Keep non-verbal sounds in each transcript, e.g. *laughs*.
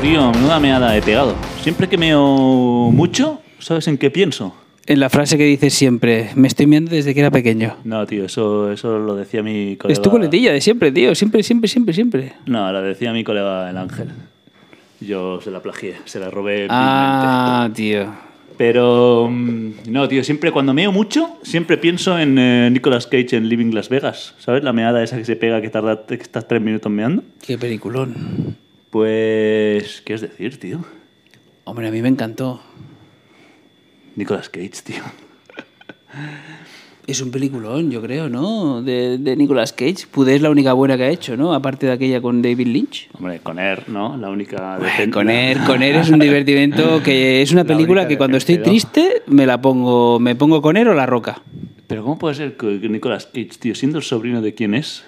tío, menuda meada he pegado. Siempre que meo mucho, ¿sabes en qué pienso? En la frase que dices siempre, me estoy viendo desde que era pequeño. No, tío, eso, eso lo decía mi colega. Es tu coletilla de siempre, tío. Siempre, siempre, siempre, siempre. No, lo decía mi colega el Ángel. Yo se la plagié, se la robé. Ah, tío. vilmente. Pero mm, no, tío, siempre cuando meo mucho, siempre pienso en eh, Nicolas Cage en Living Las Vegas. ¿Sabes? La meada esa que se pega que tarda que estás tres minutos meando. Qué peliculón. Pues, ¿qué es decir, tío? Hombre, a mí me encantó. Nicolas Cage, tío. Es un peliculón, yo creo, ¿no? De, de Nicolas Cage. Pude es la única buena que ha hecho, ¿no? Aparte de aquella con David Lynch. Hombre, Conner, ¿no? La única Ay, decente. Con él, con él es *laughs* un divertimento que es una La película única que cuando estoy decente, ¿no? triste me la pongo, me pongo con él o la roca. Pero ¿cómo puede ser que que Nicolas Cage, tío, siendo el sobrino de quién es,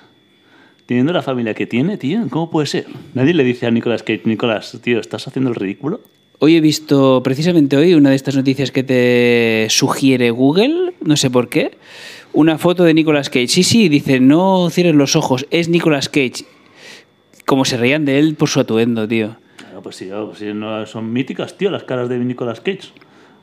teniendo la familia que tiene, tío, ¿cómo puede ser? Nadie le dice a Nicolas Cage, Nicolas, tío, ¿estás haciendo el ridículo? Hoy he visto, precisamente hoy, una de estas noticias que te sugiere Google, no sé por qué, una foto de Nicolas Cage. Sí, sí, dice, no cierres los ojos, es Nicolas Cage. Como se reían de él por su atuendo, tío. Claro, pues sí, claro, pues sí, no, son míticas, tío, las caras de Nicolas Cage.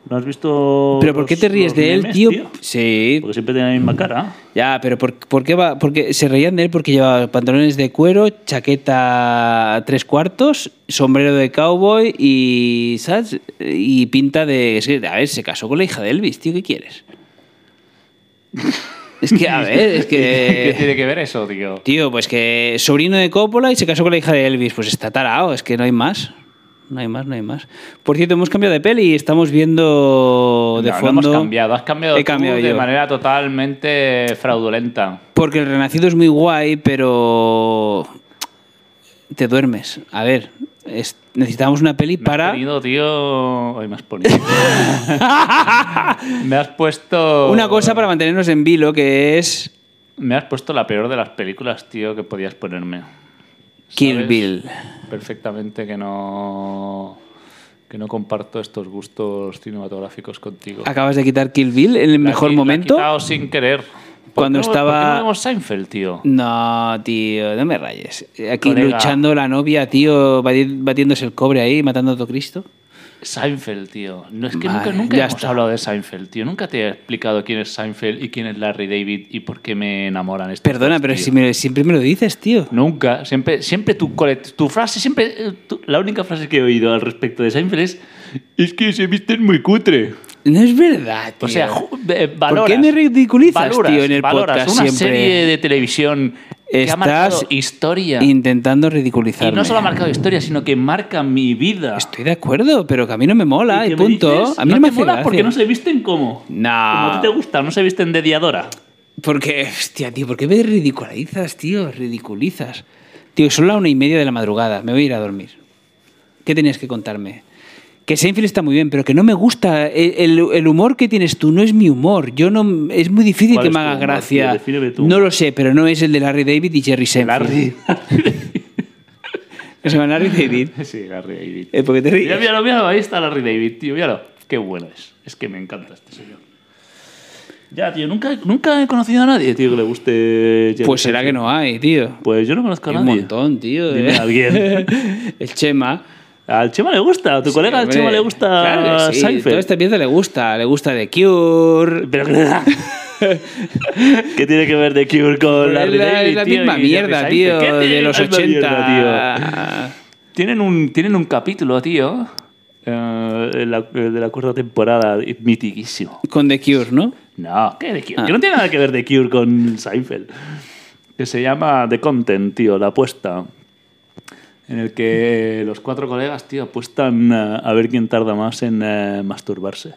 ¿No has visto... Pero ¿por qué los- te ríes los de él, memes, tío? Sí, Porque siempre tiene la misma cara. ya, pero ¿por, por qué va? Porque se reían de él porque llevaba pantalones de cuero, chaqueta tres cuartos, sombrero de cowboy y, ¿sabes? Y pinta de... es que, a ver, se casó con la hija de Elvis, tío, ¿qué quieres? Es que, a ver, es ¿Qué que... tiene que ver eso, tío? Tío, pues que sobrino de Coppola y se casó con la hija de Elvis, pues está tarao, es que no hay más. No hay más, no hay más. Por cierto, hemos cambiado de peli y estamos viendo de no, no fondo... hemos cambiado. Has cambiado, He tú cambiado de yo. manera totalmente fraudulenta. Porque el renacido es muy guay, pero te duermes. A ver, es- necesitamos una peli Me para has ponido, tío... Hoy me *laughs* has ponido. me has puesto... una cosa para mantenernos en vilo, que es Me has puesto la peor de las películas, tío, que podías ponerme. Kill ¿Sabes? Bill. Perfectamente que no... Que no comparto estos gustos cinematográficos contigo. Acabas de quitar Kill Bill en el La mejor qui- la he momento. quitado sin querer. ¿Por Cuando qué no- estaba- ¿Por qué no vemos Seinfeld, tío? No, tío, no me rayes. Aquí Colega. luchando la novia, tío, bati- batiéndose el cobre ahí, matando a todo Cristo. Seinfeld, tío. No es que Vale, nunca, nunca ya hemos está. hablado de Seinfeld, tío. Nunca te he explicado quién es Seinfeld y quién es Larry David y por qué me enamoran estos Perdona, dos, pero tío. si me- siempre me lo dices, tío. Nunca, siempre, siempre tu, cole- tu frase, siempre... eh, tu- la única frase que he oído al respecto de Seinfeld es es que se visten muy cutre. No es verdad, tío. O sea, ju- eh, valoras... qué me ridiculizas, valoras- tío, en el valoras podcast una siempre? serie de televisión que ha Estás marcado historia. intentando ridiculizarme. Y no solo ha marcado historia, sino que marca mi vida. *laughs* Estoy de acuerdo, pero que a mí no me mola, y, que Ah. me punto. dices, a mí no, no me te hace mola gracia. porque no se visten como. Como a No, ti te gusta, no se visten de diadora. porque, hostia, tío, ¿por qué me ridiculizas, tío? Ridiculizas. Tío, son la una y media de la madrugada, me voy a ir a dormir. ¿Qué tenías que contarme? Que Seinfeld está muy bien, pero que no me gusta. El, el- el humor que tienes tú no es mi humor. Yo no, es muy difícil ¿Cuál que es tu me haga humor, tío? gracia. Defíneme tu No humor. lo sé, pero no es el de Larry David y Jerry Seinfeld. *laughs* Que se llama Larry David. Sí, Larry David. Eh, ¿Por qué te Mira, ríes? míralo, míralo, ahí está Larry David, tío, míralo. Qué bueno es. Es que me encanta este señor. Ya, tío, nunca, nunca he conocido a nadie, tío, que le guste. Jerry Pues será que no hay, tío. Pues yo no conozco a Hay nadie. un montón, tío. Dime eh. a alguien. *laughs* el Chema. Al Chema le gusta, a tu colega al Hombre, Chema le gusta claro que sí, este Seinfeld. Toda esta mierda le gusta. Le gusta The Cure. *laughs* Pero *laughs* que- ¿Qué tiene que ver The Cure con Larry es la, David, es la tío, misma y Jerry mierda, Seinfeld? tío. ¿Qué tiene De la los misma 80. mierda, tío? Tienen un, tienen un capítulo, tío, eh, en la- de la cuarta temporada, mitiquísimo. Con The Cure, ¿no? No, ¿qué de Cure? Ah. Que no tiene nada que ver The Cure con Seinfeld. Que se llama The Content, tío, la apuesta. En el que los cuatro colegas, tío, apuestan eh, a ver quién tarda más en eh, masturbarse.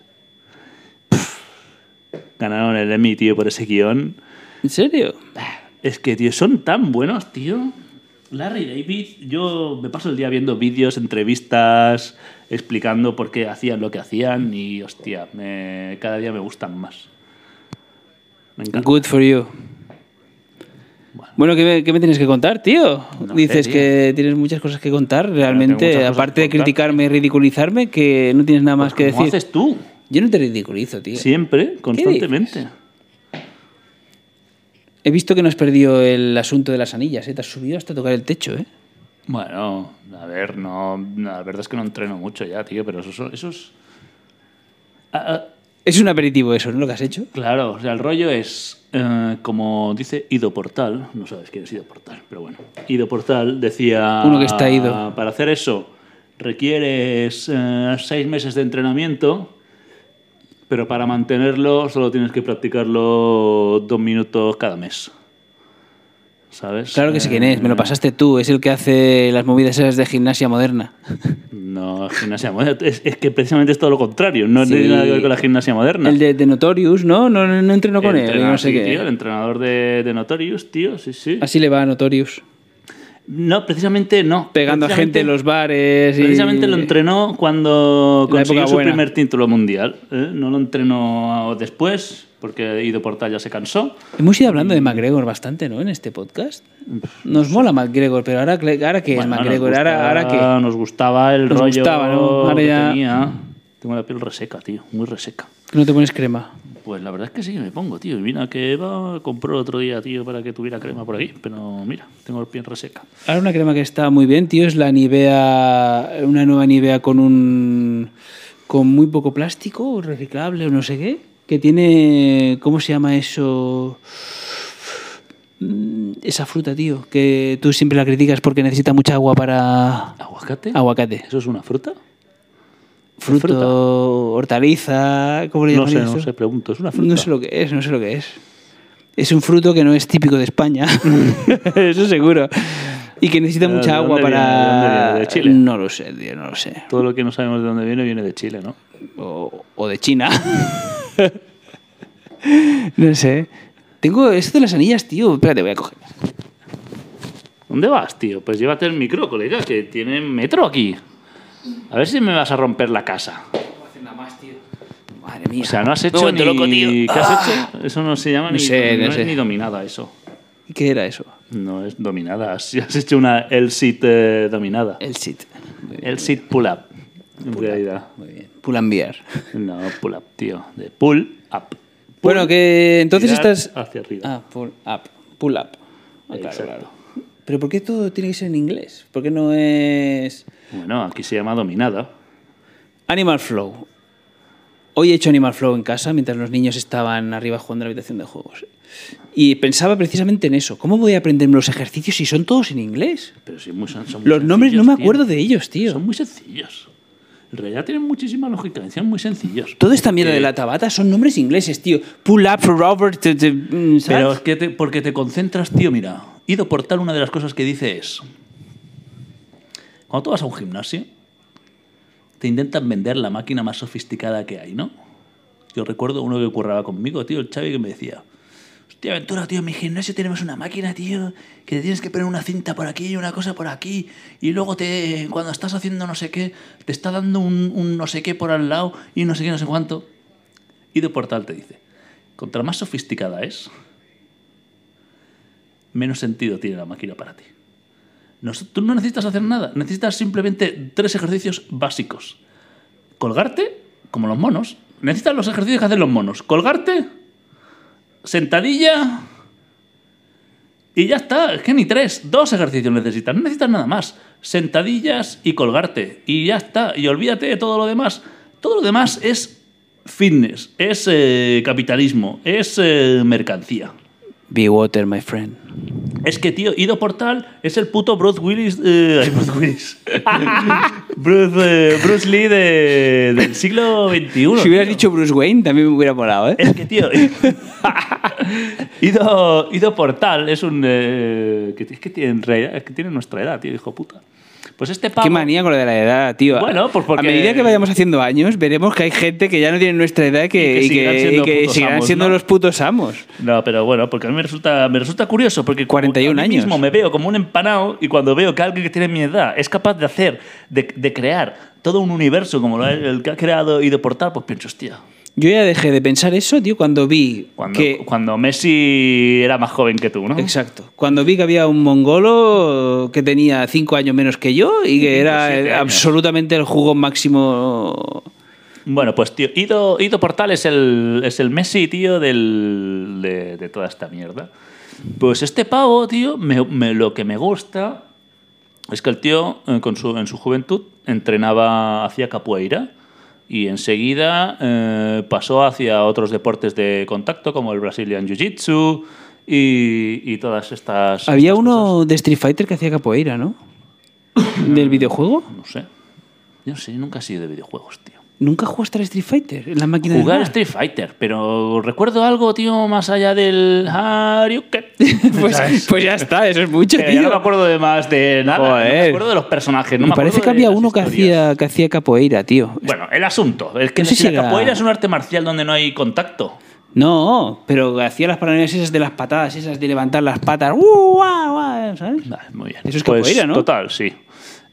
Pff, ganaron el Emmy, tío, por ese guión. ¿En serio? Es que, tío, son tan buenos, tío. Larry David, yo me paso el día viendo vídeos, entrevistas, explicando por qué hacían lo que hacían y, hostia, me- cada día me gustan más. Me encanta. Good for you. Bueno, ¿qué me, qué me tienes que contar, tío? No sé, Dices tío. que tienes muchas cosas que contar, muchas realmente. cosas Aparte que de contar. criticarme y ridiculizarme, que no tienes nada más que Pues ¿Cómo decir. haces tú? Yo no te ridiculizo, tío. Siempre, constantemente. He visto que no has perdido el asunto de las anillas, ¿eh? Te has subido hasta tocar el techo, ¿eh? Bueno, a ver, no. La verdad es que no entreno mucho ya, tío, pero eso, eso es. Ah, ah, Es un aperitivo eso, ¿no? Lo que has hecho. claro, o sea, el rollo es. eh, como dice Ido Portal, no sabes quién es Ido Portal, pero bueno. Ido Portal decía. Uno que está ido. Para hacer eso requieres eh, seis meses de entrenamiento, pero para mantenerlo solo tienes que practicarlo dos minutos cada mes. ¿Sabes? Claro que sé quién es, me lo Eh, pasaste tú, es el que hace las movidas esas de gimnasia moderna. No, gimnasia moderna. Es, es que precisamente es todo lo contrario. No Sí. tiene nada que ver con la gimnasia moderna. El de, de Notorious, ¿no? No, no, no entrenó con él, Entrenar, no sé sí, qué. tío, el entrenador de, de Notorious, tío, sí, sí. Así le va a Notorious. No, precisamente no. Pegando a gente en los bares y... Precisamente lo entrenó cuando En la consiguió época su buena. primer título mundial. ¿eh? No lo entrenó después, porque Ido Portal ya se cansó. Hemos ido hablando de McGregor bastante, ¿no? En este podcast. Nos mola McGregor, pero ahora, ahora qué es Bueno, nos McGregor, ahora, ahora qué. gustaba- Nos gustaba el Nos rollo gustaba, ¿no? Ahora que ya- tenía. Tengo la piel reseca, tío, muy reseca. Que no te pones crema. Pues la verdad es que sí, me pongo, tío. Y Mira que Eva compró el otro día, tío, para que tuviera crema por aquí. Pero mira, tengo el pie reseca. Ahora una crema que está muy bien, tío, es la Nivea, una nueva Nivea con un con muy poco plástico, reciclable o no sé qué, que tiene ¿cómo se llama eso? Mm, Esa fruta, tío, que tú siempre la criticas porque necesita mucha agua para ¿Aguacate? aguacate. ¿Eso es una fruta? Fruto, fruta? hortaliza, ¿cómo le No llaman sé, no eso? sé, pregunto. ¿Es una fruta? No sé lo que es, no sé lo que es. Es un fruto que no es típico de España, *laughs* eso seguro. Y que necesita ¿De mucha dónde agua viene? para... ¿De dónde viene? ¿De Chile? No lo sé, tío, no lo sé. Todo lo que no sabemos de dónde viene, viene de Chile, ¿no? O, o de China. *laughs* no sé. Tengo esto de las anillas, tío. Espérate, voy a coger. ¿Dónde vas, tío? Pues llévate el micro, colega, que tiene metro aquí. A ver si me vas a romper la casa. Madre mía. O sea, no has Me he hecho vuelto ni... loco, tío. Ah. ¿Qué has hecho? Eso no se llama No ni, sé, no es sé. ni dominada, eso. ¿Qué era eso? No es dominada. *laughs* Si has hecho una L-sit eh, dominada. El sit. L-sit pull-up, en realidad. Muy bien. Pull and bear. No, pull up, tío. De pull up. Bueno, que entonces Tirar estás... Hacia arriba. Ah, pull up. Pull up. Ah, claro, Exacto. claro. Pero ¿por qué todo tiene que ser en inglés? ¿Por qué no es... Bueno, aquí se llama dominada. Animal Flow. Hoy he hecho Animal Flow en casa mientras los niños estaban arriba jugando en la habitación de juegos. Y pensaba precisamente en eso. ¿Cómo voy a aprenderme los ejercicios si son todos en inglés? Pero sí, muy, son, son muy Los nombres no sencillos, me tío. acuerdo de ellos, tío. Son muy sencillos. En realidad tienen muchísima lógica. y Son muy sencillos. Toda esta mierda Eh, de la tabata son nombres ingleses, tío. Pull up, Robert, t- t- mm, ¿sabes? Pero es que te- porque te concentras, tío, mira. Ido Portal, una de las cosas que dice es... Cuando tú vas a un gimnasio, te intentan vender la máquina más sofisticada que hay, ¿no? Yo recuerdo uno que curraba conmigo, tío, el Xavi, que me decía... Hostia, Ventura, tío, en mi gimnasio tenemos una máquina, tío, que te tienes que poner una cinta por aquí y una cosa por aquí, y luego te, cuando estás haciendo no sé qué, te está dando un, un no sé qué por al lado y no sé qué, no sé cuánto. Y de portal te dice, contra más sofisticada es, menos sentido tiene la máquina para ti. No- tú no necesitas hacer nada, necesitas simplemente tres ejercicios básicos. Colgarte, como los monos, necesitas los ejercicios que hacen los monos. Colgarte, sentadilla y ya está, es que ni tres, dos ejercicios necesitas, no necesitas nada más. Sentadillas y colgarte y ya está, y olvídate de todo lo demás. Todo lo demás es fitness, es eh, capitalismo, es eh, mercancía. Be water, my friend. Es que, tío, Ido Portal es el puto Bruce Willis. eh, *laughs* ay, Bruce *laughs* Willis. Bruce, eh, Bruce Lee de- del siglo XXI. si hubieras tío. dicho Bruce Wayne, también me hubiera molado, ¿eh? Es que, tío. *laughs* Ido, Ido Portal es un. eh, que, es, que tiene, en realidad- es que tiene nuestra edad, tío, hijo puta. Pues este pavo. Qué manía con lo de la edad, tío. Bueno, pues porque- A medida que vayamos haciendo años, veremos que hay gente que ya no tiene nuestra edad que, Y que y que- seguirán siendo y que putos seguirán amos, siendo ¿no? los putos amos. No, pero bueno, porque a mí me resulta, me resulta curioso, porque como 41 a mí mismo años. me veo como un empanado y cuando veo que alguien que tiene mi edad es capaz de hacer, de, de crear todo un universo como lo- el que ha creado y de portar, pues pienso, hostia. Yo ya dejé de pensar eso, tío, cuando vi Cuando, que... Ah. cuando Messi era más joven que tú, ¿no? Exacto. Cuando vi que había un mongolo que tenía cinco años menos que yo y que era el- 27 años. absolutamente el jugo máximo... Bueno, pues tío, Ido, Ido Portal es el, es el Messi, tío, del, de, de toda esta mierda. Pues este pavo, tío, me, me- lo que me gusta Es que el tío eh, con su- en su juventud entrenaba, hacía capoeira y enseguida eh, pasó hacia otros deportes de contacto como el Brazilian Jiu-Jitsu y, y todas estas... Había estas cosas. Mm. uno de Street Fighter que hacía capoeira, ¿no? ¿Del videojuego? No sé. Yo no sé, nunca he sido de videojuegos, tío. ¿Nunca jugaste al Street Fighter? En la máquina de Jugar ganar? Street Fighter, pero recuerdo algo, tío, más allá del *laughs* Haryuken. *laughs* *laughs* pues, pues ya está, eso es mucho, Que ya no tío. me acuerdo de más de nada. No Joder. me acuerdo de los personajes. No me me acuerdo parece que de había las uno que historias. hacía, que hacía capoeira, tío. Bueno, el asunto. Es que No sé si la era- capoeira es un arte marcial donde no hay contacto. No, pero hacía las paranoias esas de las patadas, esas de levantar las patas. ¡Uh, guau, guau! ¿Sabes? Vale, muy bien. Eso es Pues, capoeira, ¿no? Total, sí.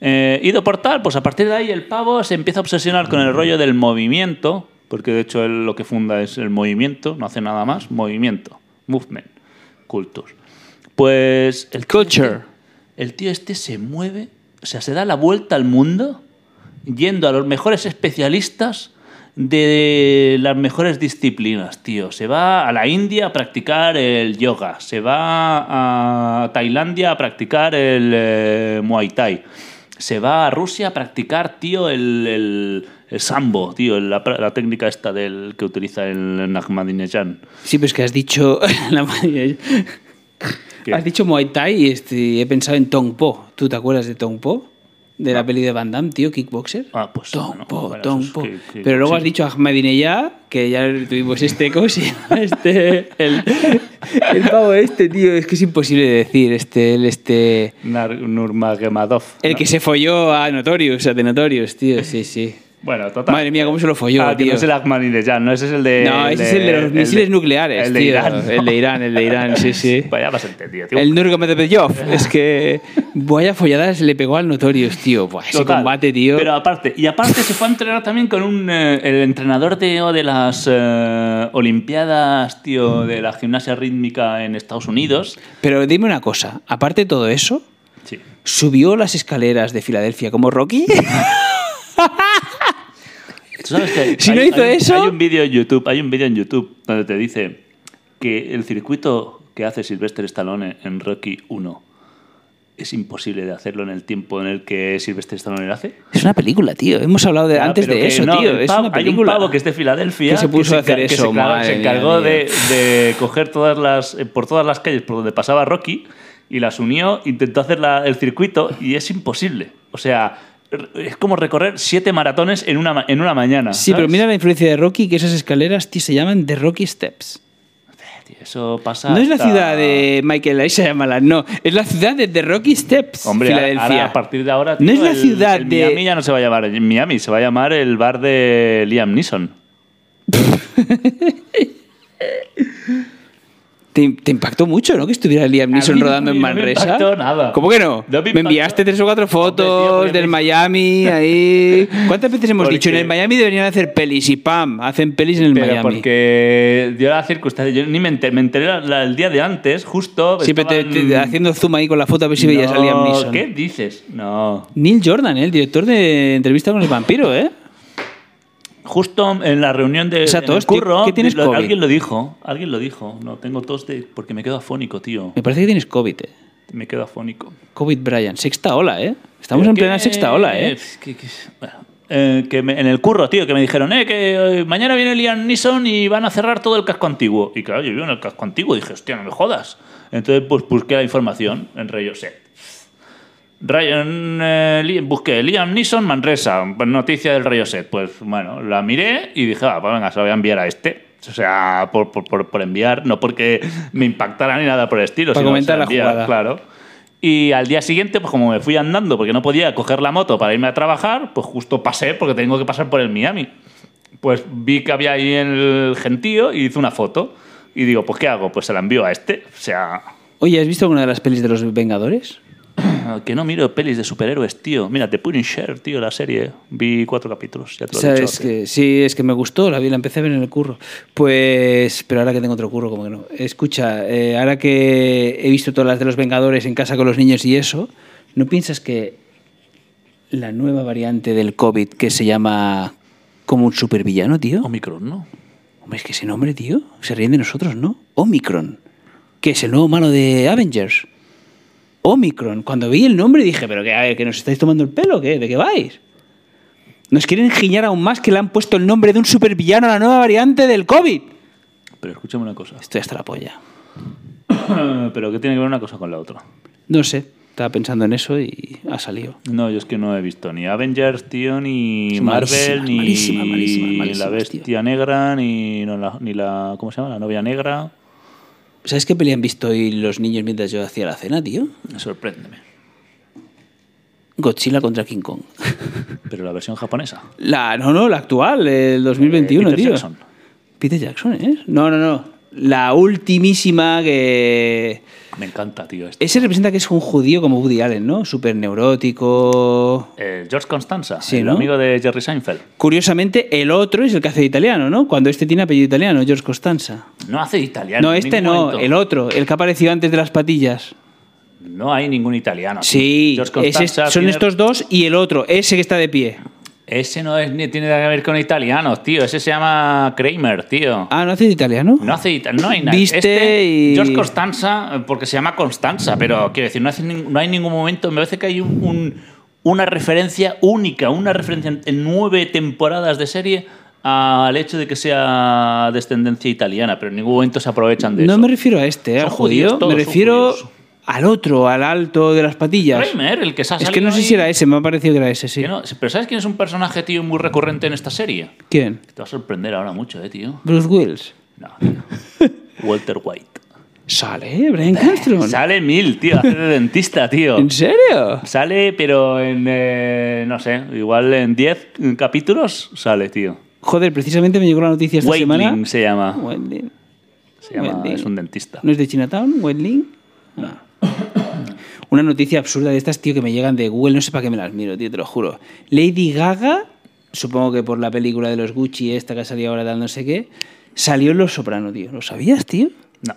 Eh, ido por tal, pues a partir de ahí el pavo se empieza a obsesionar con Mm. el rollo del movimiento, porque de hecho él lo que funda es el movimiento, no hace nada más, movimiento, movement, culture. Pues el tío Culture. este- el tío este se mueve, o sea, se da la vuelta al mundo yendo a los mejores especialistas de las mejores disciplinas, tío. Se va a la India a practicar el yoga, se va a Tailandia a practicar el eh, Muay Thai, se va a Rusia a practicar, tío, el, el- el sambo, tío, la, pra- la técnica esta del que utiliza el Ahmadinejad. Sí, pero es que has dicho. *laughs* la madre- ¿Qué? has dicho Muay Thai y este, he pensado en Tong Po. ¿Tú te acuerdas de Tong Po? De la peli de Van Damme, tío, kickboxer. Ah, pues, Tong bueno, Po, para Tong esos Po. que- que- Pero luego sí. has dicho Ahmadinejad, que ya tuvimos este. ¿Cómo se llama? *laughs* Este. El, el pavo este, tío. Es que es imposible de decir. Este. El, este, Nar- Nurmagomedov. el que se folló a Notorious, a The Notorious, tío. Sí, sí. Bueno, total. Madre mía, cómo se lo folló, Ah, que tío. no es el Ahmadinejad, no, ese es el de... No, ese es el de los misiles nucleares, el de tío. Irán, ¿no? El de Irán, el de Irán, sí, sí. *laughs* Vaya, vas a entender, tío. El Nurmagomedov, *laughs* es que vaya follada se le pegó al Notorious, tío. Buah, ese Total. combate, tío. Pero aparte, y aparte se fue a entrenar también con un, eh, el entrenador de, o de las eh, Olimpiadas, tío, de la gimnasia rítmica en Estados Unidos. Pero dime una cosa, aparte de todo eso, Sí. subió las escaleras de Filadelfia como Rocky. *laughs* ¿Tú sabes que hay- *laughs* Si hay- no hizo hay- eso- Hay un vídeo en YouTube, hay un vídeo en YouTube donde te dice que el circuito que hace Sylvester Stallone en Rocky 1 es imposible de hacerlo en el tiempo en el que Sylvester Stallone lo hace. es una película, tío. Hemos hablado de, Ya, antes pero de que eso, no, tío. el Es pavo- una Hay película. un pavo que es de Filadelfia Que se puso a hacer enca- que eso, se, encargó- madre se mía, encargó mía. de, de coger todas las eh, por todas las calles por donde pasaba Rocky y las unió, intentó hacer la- el circuito y es imposible. O sea, r- es como recorrer siete maratones en una ma- en una mañana. Sí, pero ¿sabes? mira la influencia de Rocky, que esas escaleras, tío, se llaman The Rocky Steps. Tío, Eso pasa. No es la hasta- ciudad de Michael Aisha Yamalan, no. Es la ciudad de The Rocky Steps, Hombre, Filadelfia. ahora, a partir de ahora. No es la el- ciudad el de- Miami ya no se va a llamar el Miami, se va a llamar el bar de Liam Neeson. Te, te impactó mucho, ¿no? Que estuviera Liam Neeson mí no, rodando en no me Manresa. impactó nada. ¿Cómo que No no? me me impactó. enviaste tres o cuatro Hombre, fotos tío, porque del me- *laughs* Miami ahí. ¿Cuántas veces hemos Porque- dicho? En el Miami deberían hacer pelis y pam, hacen pelis en el Pero Miami. porque dio la circunstancia. Yo ni me enteré, me enteré la- la- el día de antes, justo. Siempre te- estaban- te- haciendo zoom ahí con la foto a ver si veías a No, Liam Neeson. ¿Qué dices? No. Neil Jordan, ¿eh? el director de Entrevista con el Vampiro, ¿eh? Justo en la reunión de O sea, en tos, el curro, tío, ¿qué tienes, lo- COVID? alguien lo dijo. Alguien lo dijo. No, tengo tos de- porque me quedo afónico, tío. Me parece que tienes COVID, ¿eh? Me quedo afónico. COVID Brian. Sexta ola, ¿eh? Estamos en Que- plena sexta ola, ¿eh? Que, que- bueno, eh, que me- en el curro, tío, que me dijeron, eh, que eh, mañana viene Liam Neeson y van a cerrar todo el casco antiguo. Y claro, yo vivo en el casco antiguo y dije, hostia, no me jodas. Entonces, pues busqué la información en Rayoset. Ryan, eh, Li- busqué Liam Neeson Manresa, pues, noticia del Rayoset. Pues bueno, la miré y dije, ah, pues venga, se la voy a enviar a este. O sea, por, por- por- por enviar, no porque me impactara ni nada por el estilo. Para sino comentar se la envía, jugada. Claro. Y al día siguiente, pues como me fui andando porque no podía coger la moto para irme a trabajar, pues justo pasé porque tengo que pasar por el Miami. Pues vi que había ahí el gentío y hice una foto. Y digo, pues ¿qué hago? Pues se la envío a este. O sea, Oye, ¿has visto alguna de las pelis de los Vengadores? Ah, que no miro pelis de superhéroes, tío. Mira, The Punisher, tío, la serie. Vi cuatro capítulos, ya te lo he dicho. ¿Sabes que, sí, es que me gustó, la vi, la empecé a ver en el curro. Pues, pero ahora que tengo otro curro, como que no. Escucha, eh, ahora que he visto todas las de los Vengadores en casa con los niños y eso, ¿no piensas que la nueva variante del COVID que se llama como un supervillano, tío? Omicron, ¿no? Hombre, es que ese nombre, tío, se ríen de nosotros, ¿no? Omicron, que es el nuevo malo de Avengers. Omicron. Cuando vi el nombre dije, pero que, a ver, que nos estáis tomando el pelo, ¿qué? ¿De qué vais? Nos quieren engiñar aún más que le han puesto el nombre de un supervillano a la nueva variante del COVID. Pero escúchame una cosa. *coughs* Estoy hasta la polla. Pero que tiene que ver una cosa con la otra. No sé, estaba pensando en eso y ha salido. No, yo es que no he visto ni Avengers, tío, ni Es Marvel, malísimas, ni malísimas, malísimas, malísimas, la bestia tío. negra, ni, no, la, ni la. ¿Cómo se llama? La novia negra. ¿Sabes qué pelea han visto hoy los niños mientras yo hacía la cena, tío? Sorpréndeme. Godzilla contra King Kong. Pero la versión *laughs* japonesa. La, no, no, la actual, el 2021, Eh, Peter tío. Jackson. Peter Jackson, ¿eh? No, no, no. La ultimísima que... Me encanta, tío. Este. Ese representa que es un judío como Woody Allen, ¿no? Súper neurótico. Eh, George Constanza, Sí, el ¿no? amigo de Jerry Seinfeld. Curiosamente, el otro es el que hace de italiano, ¿no? Cuando este tiene apellido italiano, George Costanza. No hace italiano. No, en este ningún no, momento. el otro, el que apareció antes de las patillas. No hay ningún italiano. Sí, George ese- Constanza son tiene- estos dos y el otro, ese que está de pie. Ese no es, ni tiene nada que ver con italianos, tío. Ese se llama Kramer, tío. Ah, ¿no hace de italiano? No hace ita- no hay nada. Viste Este, y- George Constanza, eh, porque se llama Constanza, pero quiero decir, no, hace nin- no hay ningún momento. Me parece que hay un- un- una referencia única, una referencia en- en nueve temporadas de serie al hecho de que sea descendencia italiana, pero en ningún momento se aprovechan de No eso. me refiero a este, Son al judío. judíos, todos me son refiero judíos. al otro, al alto de las patillas. Kramer, el que se ha Es que salido no sé ahí, si era ese, me ha parecido que era ese, sí. que no- pero ¿sabes quién es un personaje, tío, muy recurrente en esta serie? ¿Quién? Te va a sorprender ahora mucho, eh, tío. Bruce Wills. *laughs* No, tío. Walter White. Sale, Brian Cranston. Sale mil, tío, hace de dentista, tío. ¿En serio? Sale, pero en. eh, no sé, igual en 10 capítulos sale, tío. Joder, precisamente me llegó la noticia esta semana. Ah, Waitling se llama. Wendling. Se llama Waitling. es un dentista. ¿No es de Chinatown? ¿Wendling? No. *coughs* Una noticia absurda de estas, tío, que me llegan de Google, no sé para qué me las miro, tío, te lo juro. Lady Gaga, supongo que por la película de los Gucci, esta que ha salido ahora tal no sé qué, salió en Los Soprano, tío. ¿Lo sabías, tío? No.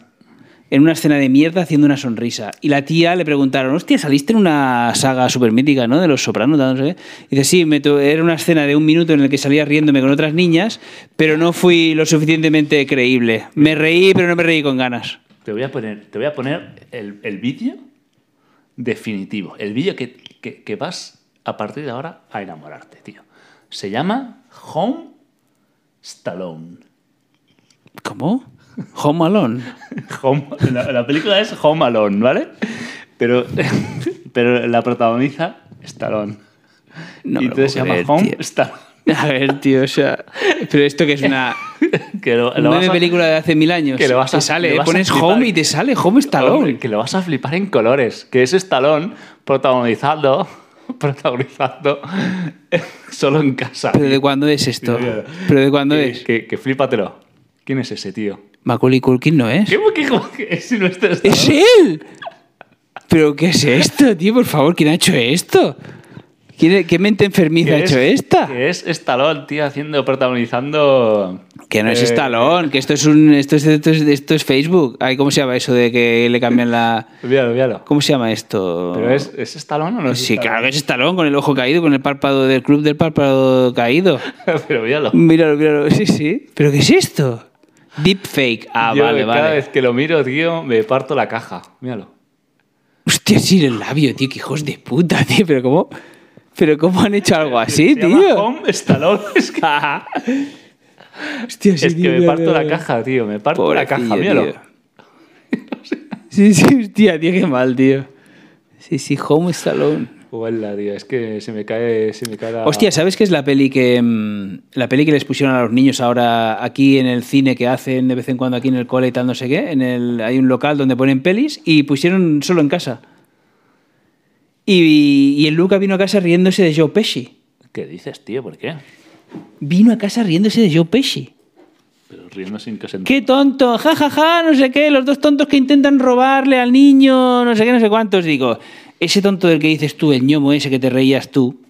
en una escena de mierda haciendo una sonrisa. Y la tía le preguntaron, hostia, saliste en una saga súper mítica, ¿no? De los sopranos, tal, no sé qué". Y dice, sí, me tu- era una escena de un minuto en el que salía riéndome con otras niñas, pero no fui lo suficientemente creíble. Me reí, pero no me reí con ganas. Te voy a poner, te voy a poner el, el vídeo definitivo. El vídeo que, que- que vas a partir de ahora a enamorarte, tío. Se llama Home Stallone. ¿Cómo? Home Alone. Home- la, la película es Home Alone, ¿vale? Pero, *laughs* pero la protagoniza Stallone. No y me lo puedo entonces se llama creer, Home tío. Stallone. A ver, tío, o sea... Pero esto que es una... Que *laughs* lo, lo Una vas a- película de hace mil años. que lo vas a- te sale, le eh, vas a pones flipar. home y te sale home Hombre, Stallone. que lo vas a flipar en colores. Que es Stallone protagonizando, *laughs* protagonizando *laughs* solo en casa. ¿Pero de cuándo es esto? ¿Pero de cuándo que, es? Que, que flípatelo. ¿Quién es ese *laughs* tío? Macaulay Culkin no es. ¿Qué, qué, qué- qué- es este? Sylvester ¡Es Stallone? él! ¿Pero qué es esto, tío? Por favor, ¿quién ha hecho esto? ¿Quién- ¿Qué mente enfermiza Que ha hecho es- esta? Que es Stallone, tío, haciendo, protagonizando. Que no es eh, Stallone, que esto es un. Esto es, esto es, esto es Facebook. Ay, ¿cómo se llama eso de que le cambian la. Olvídalo, olvídalo. ¿Cómo se llama esto? ¿Pero es, es Stallone o no es Sí, Stallone? claro que es Stallone, con el ojo caído, con el párpado del club del párpado caído. *laughs* Pero míralo. Míralo, míralo, sí, sí. ¿Pero qué es esto? Deepfake. Ah, Yo vale, cada vale. vez que lo miro, tío, me parto la caja. Míralo. Hostia, sí, el labio, tío, que hijos de puta, tío. Pero cómo. Pero cómo han hecho algo así, Se tío. llama Home Stallone. *laughs* Es que, Hostia, sí, es que tío, me mira, parto mira, la mira. caja, tío. Me parto la caja, Pobrecillo, míralo. tío. *laughs* Sí, sí, hostia, tío, qué mal, tío. Sí, sí, Home Stallone. Hola, tío. Es que se me cae, se me cae la... Hostia, ¿sabes qué es la peli que mm, la peli que les pusieron a los niños ahora aquí en el cine que hacen de vez en cuando aquí en el cole y tal no sé qué? En el hay un local donde ponen pelis y pusieron solo en casa. Y, y el Luca vino a casa riéndose de Joe Pesci. ¿Qué dices, tío? ¿Por qué? Vino a casa riéndose de Joe Pesci. Pero riendo sin que se ent- ¡Qué tonto! ¡Ja, ja, ja! No sé qué, los dos tontos que intentan robarle al niño, no sé qué, no sé cuántos. Digo, ese tonto del que dices tú, el ñomo ese que te reías tú,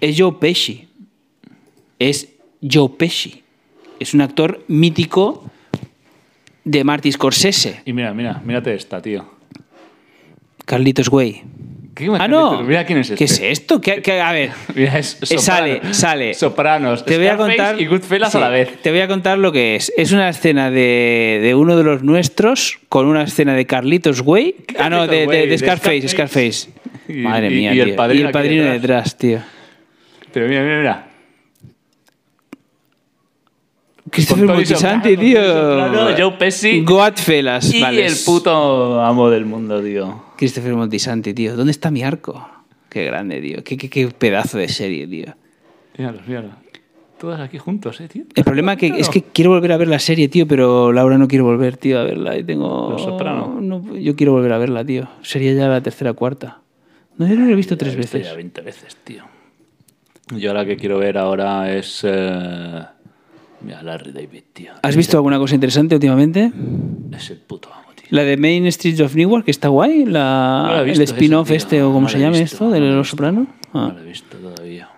es Joe Pesci. Es Joe Pesci. Es un actor mítico de Marty Scorsese. Y mira, mira, mírate esta, tío. Carlitos Way. ¿Qué Ah, me estás no. diciendo? Mira quién es este. ¿Qué es esto? ¿Qué- qué- a ver, *laughs* Mira, es Eh, sale, Soprano. sale. Sopranos. te voy a Scarface contar. Y Goodfellas sí, a la vez. Te voy a contar lo que es. Es una escena de, de uno de los nuestros con una escena de Carlitos Way. Ah, no, de, Carlitos de- de Way? De Scarface, Scarface. Scarface. Y- Madre y- mía, y el tío. padrino y el aquí padrino detrás. detrás, tío. Pero mira, mira, mira. Christopher Tony Moltisanti, Soprano, tío. Tony Soprano, Joe Pesci. Godfellas, Y vale. el puto amo del mundo, tío. Christopher Moltisanti, tío. ¿Dónde está mi arco? Qué grande, tío. Qué, qué- qué pedazo de serie, tío. Míralo, míralo. Todos aquí juntos, eh, tío. El problema que, es que quiero volver a ver la serie, tío, pero Laura no quiero volver, tío, a verla. Y tengo... Los Soprano. No, yo quiero volver a verla, tío. Sería ya la tercera cuarta. No, yo no la he visto tres He visto veces. Ya 20 veces, tío. Yo la que quiero ver ahora es. eh, Mira, Larry David, tío. ¿Has visto alguna cosa interesante últimamente? Es el puto amo, tío. La de Main Streets of Newark, que está guay. La, No la he el visto esa, spin-off tío. este, o como No se la he llame visto, esto, no de la he Los visto. Soprano. Ah. No lo he visto todavía.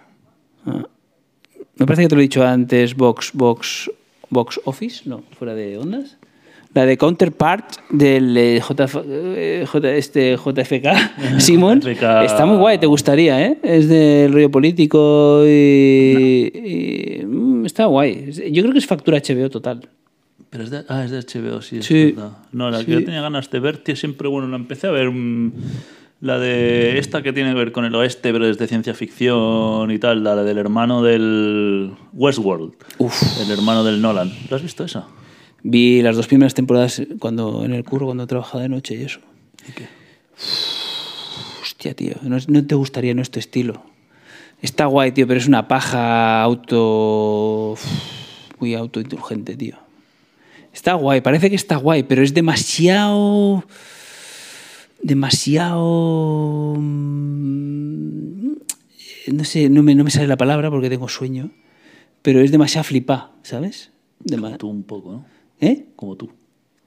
Me parece que te lo he dicho antes, Box, Box, Box Office, no, fuera de ondas. La de Counterpart del eh, JF, eh, J- este, JFK, Simon. JFK. Está muy guay, te gustaría, ¿eh? Es del rollo político y, y, mm, Está guay. Yo creo que es factura HBO total. Pero es de, ah, es de HBO, sí, es Sí. verdad. No, la Sí. que yo tenía ganas de ver, tío, siempre, bueno, la empecé a ver. mm, la de esta que tiene que ver con el oeste, pero desde ciencia ficción y tal, la del hermano del Westworld. El hermano del Nolan. ¿Lo has visto esa? Vi las dos primeras temporadas eh, cuando en el curro, cuando trabajaba de noche y eso. Hostia, tío, no, es- no te gustaría nuestro estilo. Está guay, tío, pero es una paja auto. muy autoindulgente, tío. Está guay, parece que está guay, pero es demasiado. demasiado. mm, No sé, no me, no me sale la palabra porque tengo sueño, pero es demasiado flipá, ¿sabes? Dema- Tú un poco, ¿no? ¿Eh? Como tú.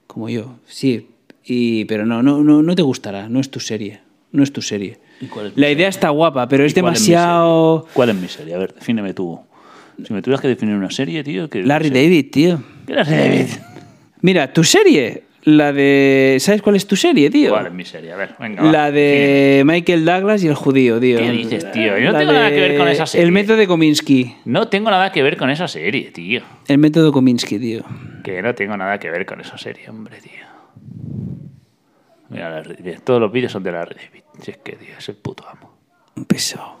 Como yo, sí. Y, pero no, no, no, no te gustará, no es tu serie. No es tu serie. ¿Y cuál es mi La idea está guapa, pero es ¿Y cuál es mi demasiado. serie? ¿Cuál es mi serie? A ver, defíneme tú. Si me tuvieras que definir una serie, tío, que... Larry David, tío. ¿Qué Larry David? Mira, tu serie, la de. ¿Sabes cuál es tu serie, tío? ¿Cuál es mi serie? A ver, venga. va. La de Michael Douglas y el judío, tío. ¿Qué dices, tío? Yo no La tengo nada que ver con esa serie. El método de Kominsky. No tengo nada que ver con esa serie, tío. El método Kominsky, tío. Que no tengo nada que ver con esa serie, hombre, tío. Mira, Larry David. Todos los vídeos son de Larry David. Si es que, tío, es el puto amo. Un pesado.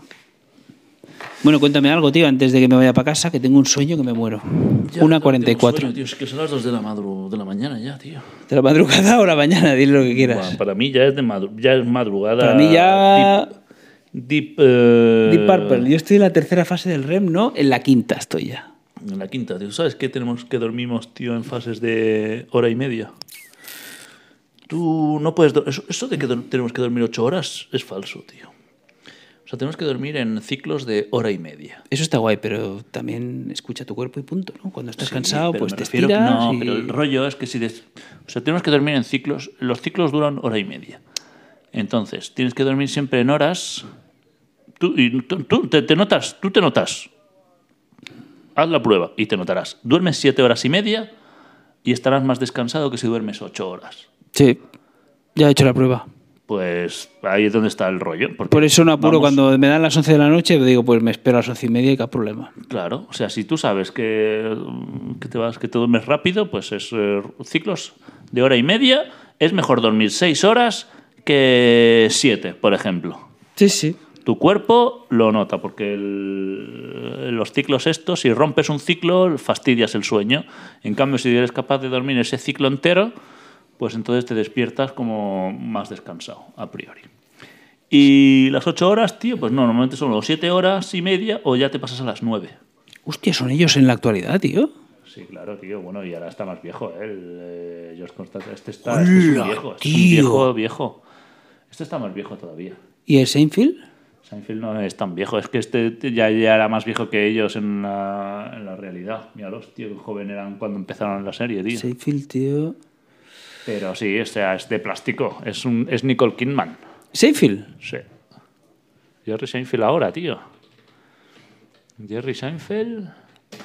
Bueno, cuéntame algo, tío, antes de que me vaya para casa, que tengo un sueño que me muero. Ya, Una tengo 44. sueño, tío, es que son las 2 de la, madru- de la mañana ya, tío. De la madrugada o la mañana, dile lo que quieras. Bueno, para mí ya es, de madru- ya es madrugada. Para mí ya- Deep, deep, eh, Deep Purple, yo estoy en la tercera fase del REM, ¿no? En la quinta estoy ya. En la quinta, tío. ¿Sabes qué tenemos que dormimos, tío, en fases de hora y media? Tú no puedes. dor- Eso, eso de que dor- tenemos que dormir ocho horas es falso, tío. O sea, tenemos que dormir en ciclos de hora y media. Eso está guay, pero también escucha tu cuerpo y punto, ¿no? Cuando estás Sí, cansado, pero pues me te refiero- estiras No, y- pero el rollo es que si... des- O sea, tenemos que dormir en ciclos. Los ciclos duran hora y media. Entonces, tienes que dormir siempre en horas. Tú, y tú- tú te, te notas, tú te notas. Haz la prueba y te notarás. Duermes siete horas y media y estarás más descansado que si duermes ocho horas. Sí, ya he hecho la prueba. Pues ahí es donde está el rollo. porque Por eso no apuro vamos- cuando me dan las 11 de la noche, digo, pues me espero a las 11 y media y que hay problema. Claro, o sea, si tú sabes que, mm, que te vas, que te duermes rápido, pues es eh, ciclos de hora y media. Es mejor dormir seis horas que siete, por ejemplo. Sí, sí. Tu cuerpo lo nota, porque el- los ciclos estos, si rompes un ciclo, fastidias el sueño. En cambio, si eres capaz de dormir ese ciclo entero, pues entonces te despiertas como más descansado, a priori. Y las ocho horas, tío, pues no, normalmente son los siete horas y media o ya te pasas a las nueve. Hostia, son ellos en la actualidad, tío. Sí, claro, tío. Bueno, y ahora está más viejo, ¿eh? El, eh, George Constanza. Este está este es un ¡Hola, viejo. Es tío! un viejo, viejo. Este está más viejo todavía. ¿Y el Seinfeld? Seinfeld no es tan viejo. Es que este t- ya, ya era más viejo que ellos en la, en la realidad. Míralos, tío, qué joven eran cuando empezaron la serie, tío. Seinfeld, tío. Pero sí, o sea, es de plástico. Es, un, es Nicole Kidman. ¿Seinfeld? Sí. Jerry Seinfeld ahora, tío. Jerry Seinfeld...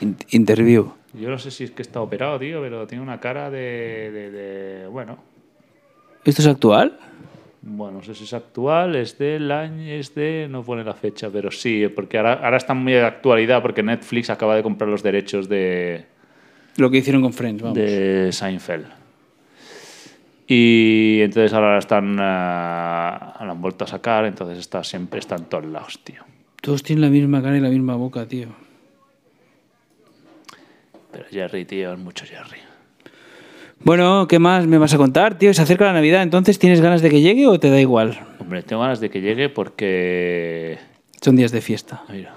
In- interview. Yo no sé si es que está operado, tío, pero tiene una cara de... de- de bueno, ¿Esto es actual? Bueno, no sé si es actual, es del año, es de... No pone la fecha, pero sí, porque ahora, ahora está muy de actualidad porque Netflix acaba de comprar los derechos de, Lo que hicieron con Friends, vamos. de Seinfeld. Y entonces ahora la están... ah, la han vuelto a sacar, entonces está, siempre está en todos lados, tío. Todos tienen la misma cara y la misma boca, tío. Pero Jerry, tío, es mucho Jerry. Bueno, ¿qué más me vas a contar, tío? Se acerca la Navidad, entonces ¿tienes ganas de que llegue o te da igual? Hombre, tengo ganas de que llegue porque... Son días de fiesta. Mira,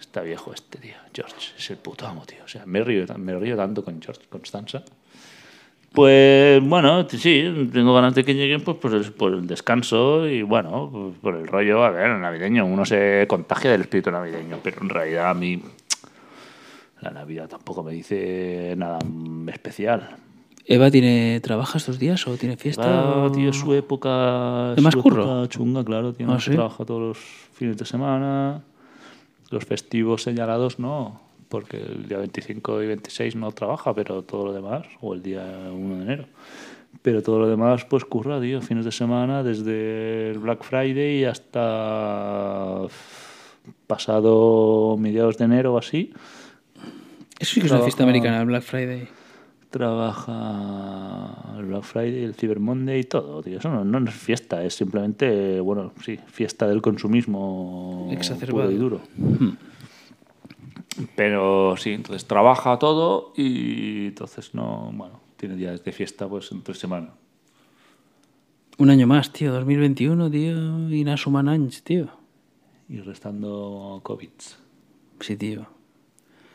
está viejo este tío. George es el puto amo, tío. O sea, me río, tan- me río tanto con George Constanza. Pues bueno, t- sí, tengo ganas de que lleguen pues, por, el, por el descanso y bueno, pues, por el rollo, a ver, navideño. Uno se contagia del espíritu navideño, pero en realidad a mí la Navidad tampoco me dice nada mm, especial. ¿Eva tiene trabaja estos días o tiene fiesta? Ah, o- tío, su época. ¿Es más su curro? época chunga, claro, tío. Ah, no ¿sí? se Trabaja todos los fines de semana. Los festivos señalados no, porque el día 25 y 26 no trabaja, pero todo lo demás, o el día 1 de enero. Pero todo lo demás, pues curra, tío. Fines de semana, desde el Black Friday hasta pasado mediados de enero o así. Eso sí que es una fiesta Trabaja- americana, el Black Friday. trabaja el Black Friday, el Cyber Monday y todo, tío. Eso no, no es fiesta, es simplemente, bueno, sí, fiesta del consumismo Exacerbado. puro Hmm. y duro. Pero sí, entonces trabaja todo y entonces no, bueno, tiene días de fiesta pues entre semana. Un año más, tío, 2021, tío, y nada suman años, tío. Y restando COVID. Sí, tío.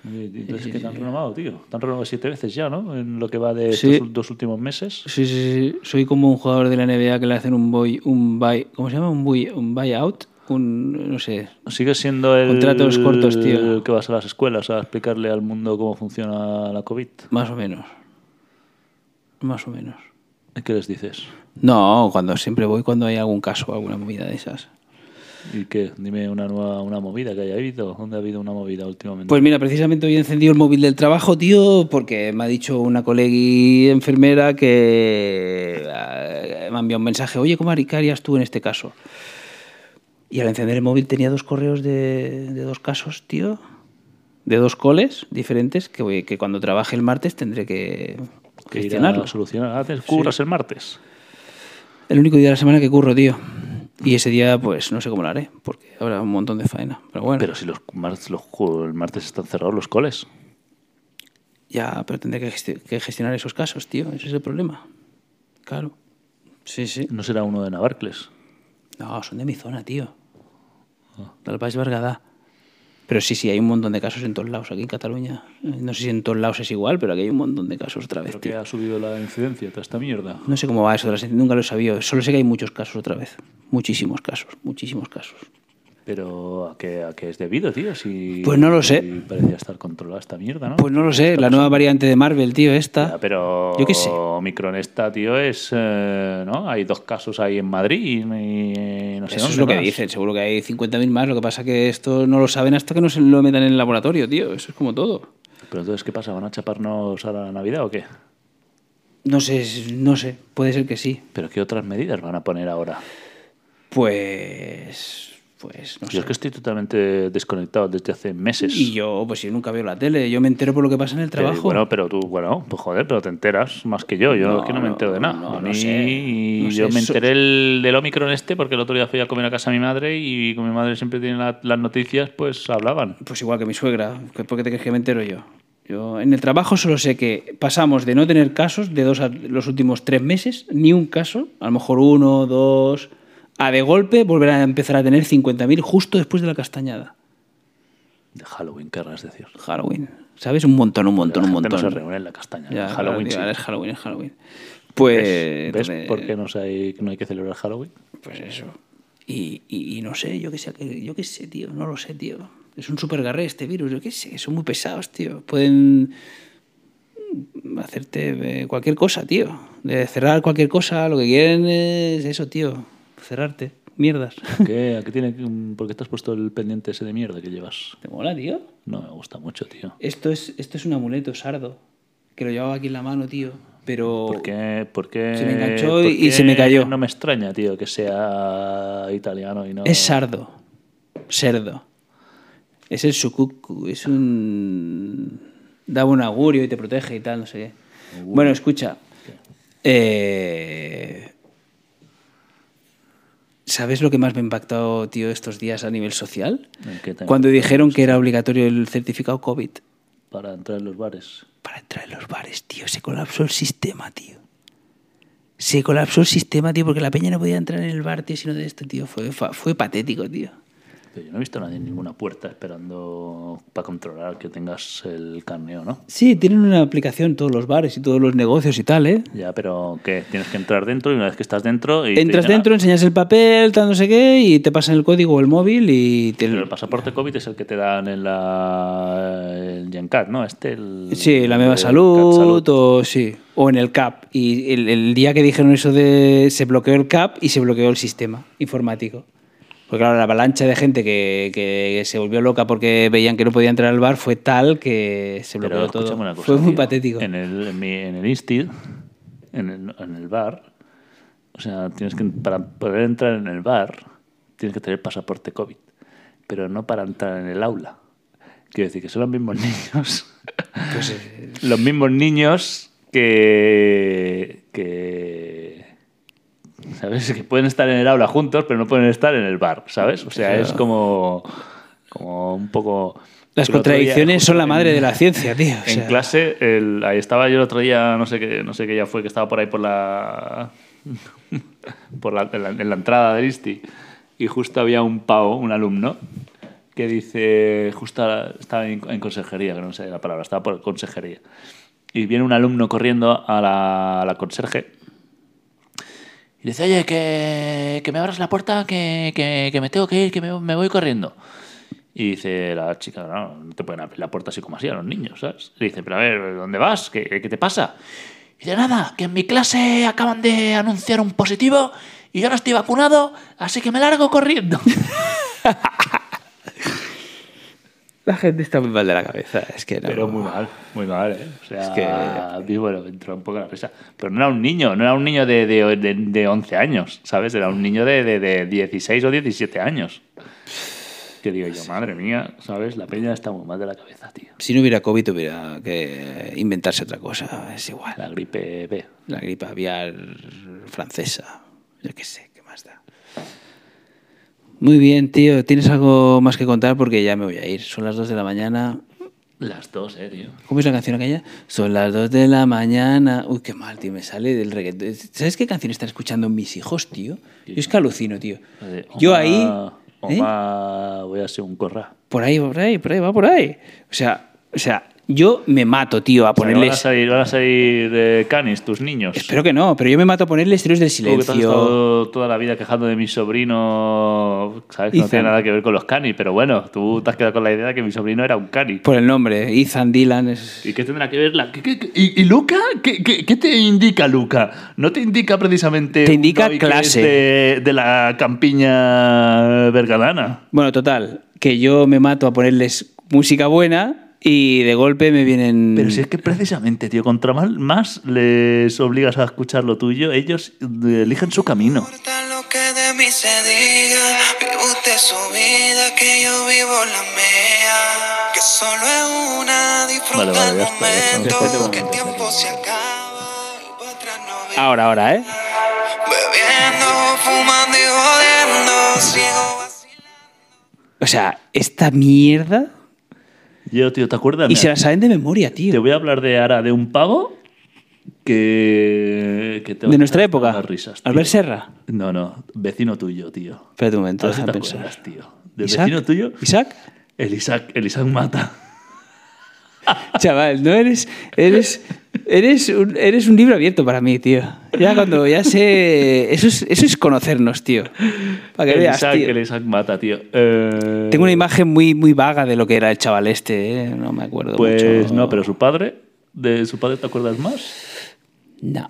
Y- y Entonces, que te han renovado, tío. Te han renovado siete veces ya, ¿no? En lo que va de Sí. estos dos últimos meses. Sí, sí, sí. Soy como un jugador de la NBA que le hacen un boy, un buy, ¿cómo se llama? Un buy, un buyout, un no sé. Sigue siendo el. Contratos cortos, tío. El que vas a las escuelas a explicarle al mundo cómo funciona la COVID. Más o menos. Más o menos. ¿Y ¿Qué les dices? No, cuando siempre voy cuando hay algún caso o alguna movida de esas. ¿Y qué? Dime una nueva una movida que haya habido. ¿Dónde ha habido una movida últimamente? Pues mira, precisamente hoy he encendido el móvil del trabajo, tío, porque me ha dicho una colegui enfermera que eh, me ha enviado un mensaje, oye, ¿cómo harí- qué harías tú en este caso? Y al encender el móvil tenía dos correos de, de dos casos, tío, de dos coles diferentes, que, voy- que cuando trabaje el martes tendré que que ir gestionarlos. a solucionar. Ah, te curras el martes. El único día de la semana que curro, tío. Y ese día, pues, no sé cómo lo haré, porque habrá un montón de faena. Pero bueno, Pero si los, martes los ju- el martes están cerrados los coles. ya, pero tendré que, gesti- que gestionar esos casos, tío. Ese es el problema. Claro. Sí, sí. No será uno de Navarcles. No, son de mi zona, tío. Del País Bergadá. Pero sí, sí, hay un montón de casos en todos lados aquí en Cataluña. Eh, No sé si en todos lados es igual, pero aquí hay un montón de casos otra vez, Creo que tío. ha subido la incidencia toda esta mierda. No sé cómo va eso, de las- nunca lo he sabido. Solo sé que hay muchos casos otra vez. Muchísimos casos, muchísimos casos. Pero ¿a qué, a qué es debido, tío? Si, Pues no lo sé. si parecía estar controlada esta mierda, ¿no? Pues no lo sé, la nueva variante de Marvel, tío, esta. Ya, pero Yo qué sé. Omicron esta, tío, es... eh, ¿no? Hay dos casos ahí en Madrid y, y no sé Eso es dónde lo que más. dicen, seguro que hay 50.000 más. Lo que pasa que esto no lo saben hasta que no se lo metan en el laboratorio, tío. Eso es como todo. Pero entonces, ¿qué pasa? ¿Van a chaparnos ahora la Navidad o qué? No sé, no sé, puede ser que sí. ¿Pero qué otras medidas van a poner ahora? Pues. Pues no Yo sé. es que estoy totalmente desconectado desde hace meses. Y yo, pues yo nunca veo la tele, yo me entero por lo que pasa en el Pero, trabajo. bueno, pero tú, bueno, pues joder, pero te enteras más que yo. Yo No, es que no me no, entero de nada. no, a no mí- sé, no yo sé, me eso- enteré el- del Omicron este porque el otro día fui a comer a casa de mi madre y como mi madre siempre tiene la- las noticias, pues hablaban. Pues igual que mi suegra, que- ¿por qué te crees que me entero yo? Yo en el trabajo solo sé que pasamos de no tener casos de dos a los últimos tres meses, ni un caso, a lo mejor uno, dos, a de golpe volver a empezar a tener 50.000 justo después de la castañada. De Halloween, querrás decir. Halloween. ¿Sabes? Un montón, un montón, La un gente montón. no se reúne en la castaña. Ya, Halloween tío, sí. ahora es Halloween, es Halloween. Pues. ¿Ves entonces- por qué no, se hay, no hay que celebrar Halloween? *laughs* Pues eso. Y, y- y no sé, yo qué sé, que- yo qué sé, tío, no lo sé, tío. Es un supergarré este virus, yo qué sé, son muy pesados, tío. Pueden hacerte eh, cualquier cosa, tío. De cerrar cualquier cosa, lo que quieren es eso, tío. Cerrarte, mierdas. *laughs* ¿Qué, ¿A qué tiene, que- ¿Por qué te has puesto el pendiente ese de mierda que llevas? ¿Te mola, tío? No me gusta mucho, tío. Esto es, esto es un amuleto sardo. que lo llevaba aquí en la mano, tío. Pero. ¿Por qué, por qué- Se me enganchó por y- y qué se me cayó. No me extraña, tío, que sea italiano y no. Es sardo. Cerdo. Es el sucucu. Es un. Daba un augurio y te protege y tal, no sé qué. Bueno, escucha. Eh, ¿Sabes lo que más me ha impactado, tío, estos días a nivel social? ¿En qué tema? Cuando dijeron que era obligatorio el certificado COVID Para entrar en los bares. para entrar en los bares, tío. Se colapsó el sistema, tío. Se colapsó el sistema, tío, porque la peña no podía entrar en el bar, tío, sino de esto, tío. Fue, fa- fue patético, tío. Pero yo no he visto a nadie en ninguna puerta esperando para controlar que tengas el carneo, ¿no? Sí, tienen una aplicación todos los bares y todos los negocios y tal, ¿eh? Ya, pero ¿qué? Tienes que entrar dentro y una vez que estás dentro. Y te Entras dicen, dentro, "Ah, enseñas el papel, tal, no sé qué, y te pasan el código o el móvil y te... Pero el pasaporte COVID es el que te dan en la. El Gencat, ¿no? Este, el. Sí, la nueva Meva Salud, o sí, o en el CAP. Y el, el día que dijeron eso de se bloqueó el CAP y se bloqueó el sistema informático. Porque claro, la avalancha de gente que, que se volvió loca porque veían que no podía entrar al bar fue tal que se bloqueó Pero todo. escúchame una cosa. fue muy tío. patético. En el, en mi- en el Insti, en el, en el bar, o sea, tienes que, para poder entrar en el bar, tienes que tener pasaporte COVID, pero no para entrar en el aula. Quiero decir que son los mismos *laughs* niños. Pues, los mismos niños que. que ¿Sabes? Que pueden estar en el aula juntos, pero no pueden estar en el bar, ¿sabes? O sea, es como, como un poco... Las El otro día, contradicciones son la madre de la ciencia, tío. o en sea. clase, el- ahí estaba yo el otro día, no sé qué, no sé qué ya fue, que estaba por ahí por la. *laughs* por la, en, la, en la entrada del ISTI. Y justo había un pavo, un alumno, que dice. Justo a- estaba en, en consejería, que no sé la palabra, estaba por consejería. Y viene un alumno corriendo a la, a la conserje. Y dice, oye, que, que me abras la puerta, que, que- que me tengo que ir, que me, me voy corriendo. Y dice la chica, no, no te pueden abrir la puerta así como así a los niños, ¿sabes? Le dice, pero a ver, ¿dónde vas? ¿Qué, qué te pasa? Y dice, nada, que en mi clase acaban de anunciar un positivo y yo no estoy vacunado, así que me largo corriendo. La gente está muy mal de la cabeza. Es que *laughs* no. Pero muy mal, muy mal, ¿eh? O sea, Es es que- que... bueno, me entró un poco la risa. Pero no era un niño, no era un niño de, de, de- de 11 años, ¿sabes? Era un niño de, de, de 16 o 17 años. Que digo yo, madre mía, ¿sabes? La peña está muy mal de la cabeza, tío. Si no hubiera COVID, hubiera que inventarse otra cosa. Es igual. La gripe B. La gripe aviar francesa. Yo qué sé, qué más da. Muy bien, tío. ¿Tienes algo más que contar? Porque ya me voy a ir. Son las 2 de la mañana. Las dos, eh, tío. ¿Cómo es la canción aquella? Son las 2 de la mañana. Uy, qué mal, tío. Me sale del reggaetón. ¿Sabes qué canción están escuchando mis hijos, tío? Yo es que alucino, tío. La de Yo Oma- ahí... ¿eh? Oma, voy a ser un corra. Por ahí, por ahí, por ahí, va por ahí. O sea, o sea yo me mato, tío, a O sea, que van a ponerles... salir, van a salir eh, canis, tus niños. Espero que no, pero yo me mato a ponerles Héroes del Tú que te has Silencio. estado toda la vida quejando de mi sobrino, sabes que no Ethan. tiene nada que ver con los canis, pero bueno, tú te has quedado con la idea de que mi sobrino era un cani. Por el nombre, ¿eh? Ethan Dylan es... ¿Y qué tendrá que ver la... ¿Qué- qué- qué- y, y Luca? ¿Qué, qué, qué te indica Luca? ¿No te indica precisamente... Te un indica Novi que clase. es De, de la campiña bergadana. Bueno, total, que yo me mato a ponerles música buena y de golpe me vienen... Pero si es que precisamente, tío, contra más, más les obligas a escuchar lo tuyo, ellos eh, eligen su camino. importa lo que de mí se diga, vive usted su vida, que yo vivo la mía. Que solo es una, disfruta Vale, vale, el ya está, ya está. momento, Espérate un que el momento, tiempo se acaba y para atrás no ve. Ahora, ahora, ¿eh? Bebiendo, fumando y jodiendo, sigo vacilando. O sea, esta mierda... Yo, tío, ¿te acuerdas? Y Mira, se la saben de memoria, Te tío. voy a hablar de ahora de un pavo que... que te va De a nuestra dar época. unas Risas, tío. Albert Serra. No, no, vecino tuyo, tío. Espérate un momento, A ver si déjame te pensar. acuerdas, tío. Del ¿Isaac? vecino tuyo, ¿Isaac? el Isaac, el Isaac mata. Chaval, no eres... Eres... Eres un, eres un libro abierto para mí, tío. Ya cuando ya sé... Eso es, eso es conocernos, tío. Para que el, veas, Isaac tío. el Isaac mata, tío. Eh, Tengo una imagen muy, muy vaga de lo que era el chaval este, ¿eh? No me acuerdo Pues mucho. no, pero su padre, de su padre te acuerdas más? No.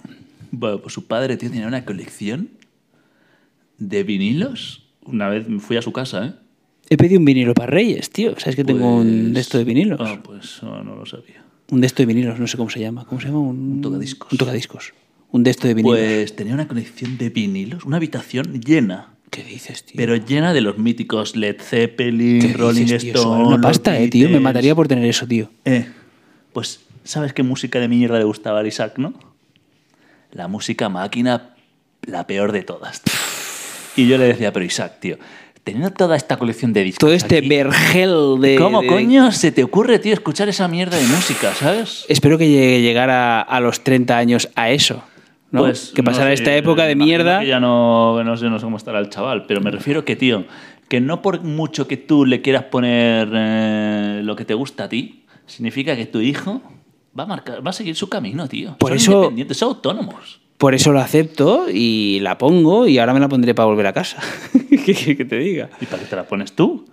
Bueno, pues su padre tío, tenía una colección de vinilos. Una vez fui a su casa, ¿eh? Pues, He pedido un vinilo para Reyes, tío. ¿Sabes que tengo un de esto de vinilos? Ah, pues ah, no, no lo sabía. Un de estos de vinilos, no sé cómo se llama. ¿Cómo se llama? Un, tocadiscos. Un tocadiscos. Un de estos de vinilos. Pues tenía una colección de vinilos, una habitación llena, ¿Qué dices, tío? pero llena de los míticos Led ¿Qué Zeppelin, dices, Rolling tío? Eso Stone. vale Una los pasta, eh, tío. Me Beatles. mataría por tener eso, tío. Eh, pues, ¿sabes qué música de mierda le gustaba a Isaac, no? La música máquina, la peor de todas. Y yo le decía, pero Isaac, tío, teniendo toda esta colección de discos. Todo este aquí, vergel de. ¿Cómo de- coño se te ocurre, tío, escuchar esa mierda de música, sabes? Espero que llegue, llegara a los 30 años a eso. ¿no? que Pues, no pasara sé, esta época de imagino mierda. que ya no, no sé, no sé cómo estará el chaval, pero me refiero que, tío, que no por mucho que tú le quieras poner eh, lo que te gusta a ti, significa que tu hijo va a, marcar, va a seguir su camino, tío. Por son eso- independientes, son autónomos. Por eso lo acepto y la pongo y ahora me la pondré para volver a casa. *laughs* ¿Qué quieres que te diga? ¿Y para qué te la pones tú?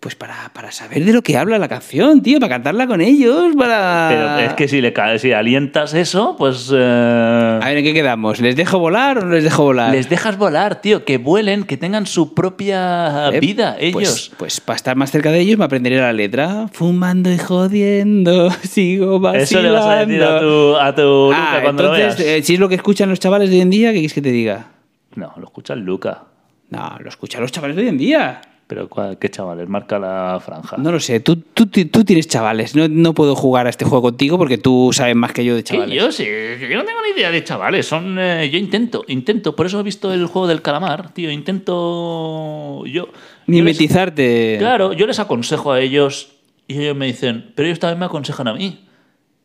Pues para, para saber de lo que habla la canción, tío, para cantarla con ellos, para... Pero es que si le ca- si alientas eso, pues... eh, A ver, ¿en qué quedamos? ¿Les dejo volar o no les dejo volar? les dejas volar, tío, que vuelen, que tengan su propia Eh, vida, pues- ellos. Pues, para estar más cerca de ellos me aprenderé la letra. Fumando y jodiendo, *laughs* sigo vacilando. Eso le vas a decir a tu, a tu Ah, Luca cuando lo entonces, veas. eh, si es lo que escuchan los chavales de hoy en día, ¿qué quieres que te diga? No, lo escucha el Luca. No, lo escuchan los chavales de hoy en día. Pero ¿cuál- ¿qué chavales? Marca la franja. No lo sé, tú, tú, ti- tú tienes chavales. No, no puedo jugar a este juego contigo porque tú sabes más que yo de Sí, chavales. yo sé, yo no tengo ni idea de chavales. Son, eh, yo intento, intento. Por eso he visto el juego del calamar, tío. Intento yo. yo les- Mimetizarte. claro, yo les aconsejo a ellos y ellos me dicen, pero ellos también me aconsejan a mí.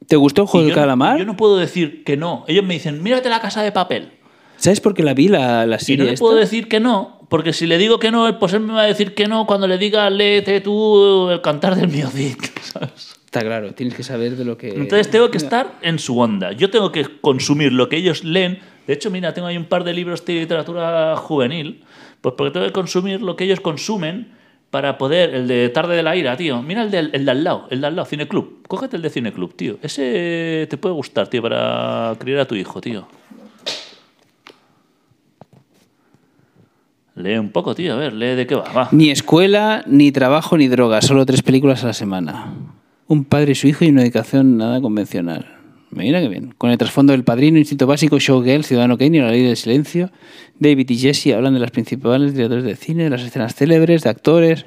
¿Te gustó el Y juego del yo no- calamar? yo no puedo decir que no. Ellos me dicen, mírate la casa de papel. ¿Sabes por qué la vi la, la Y serie? no le esta? puedo decir que no, porque si le digo que no, pues él me va a decir que no cuando le diga, léete tú el cantar del miodic, *laughs* ¿sabes? Está claro, tienes que saber de lo que. Entonces tengo que estar en su onda. Yo tengo que consumir lo que ellos leen. De hecho, mira, tengo ahí un par de libros de literatura juvenil. Pues porque tengo que consumir lo que ellos consumen para poder. El de Tarde de la Ira, tío. Mira el de, el de al lado, el de al lado, Cineclub. Cógete el de Cineclub, tío. Ese te puede gustar, tío, para criar a tu hijo, tío. Lee un poco, tío. A ver, lee de qué va. va. Ni escuela, ni trabajo, ni drogas. Solo tres películas a la semana. Un padre y su hijo y una educación nada convencional. Mira qué bien. Con el trasfondo del padrino, Instinto Básico, Showgirl, Ciudadano Kane y la Ley del Silencio, David y Jesse hablan de las principales directores de cine, de las escenas célebres, de actores.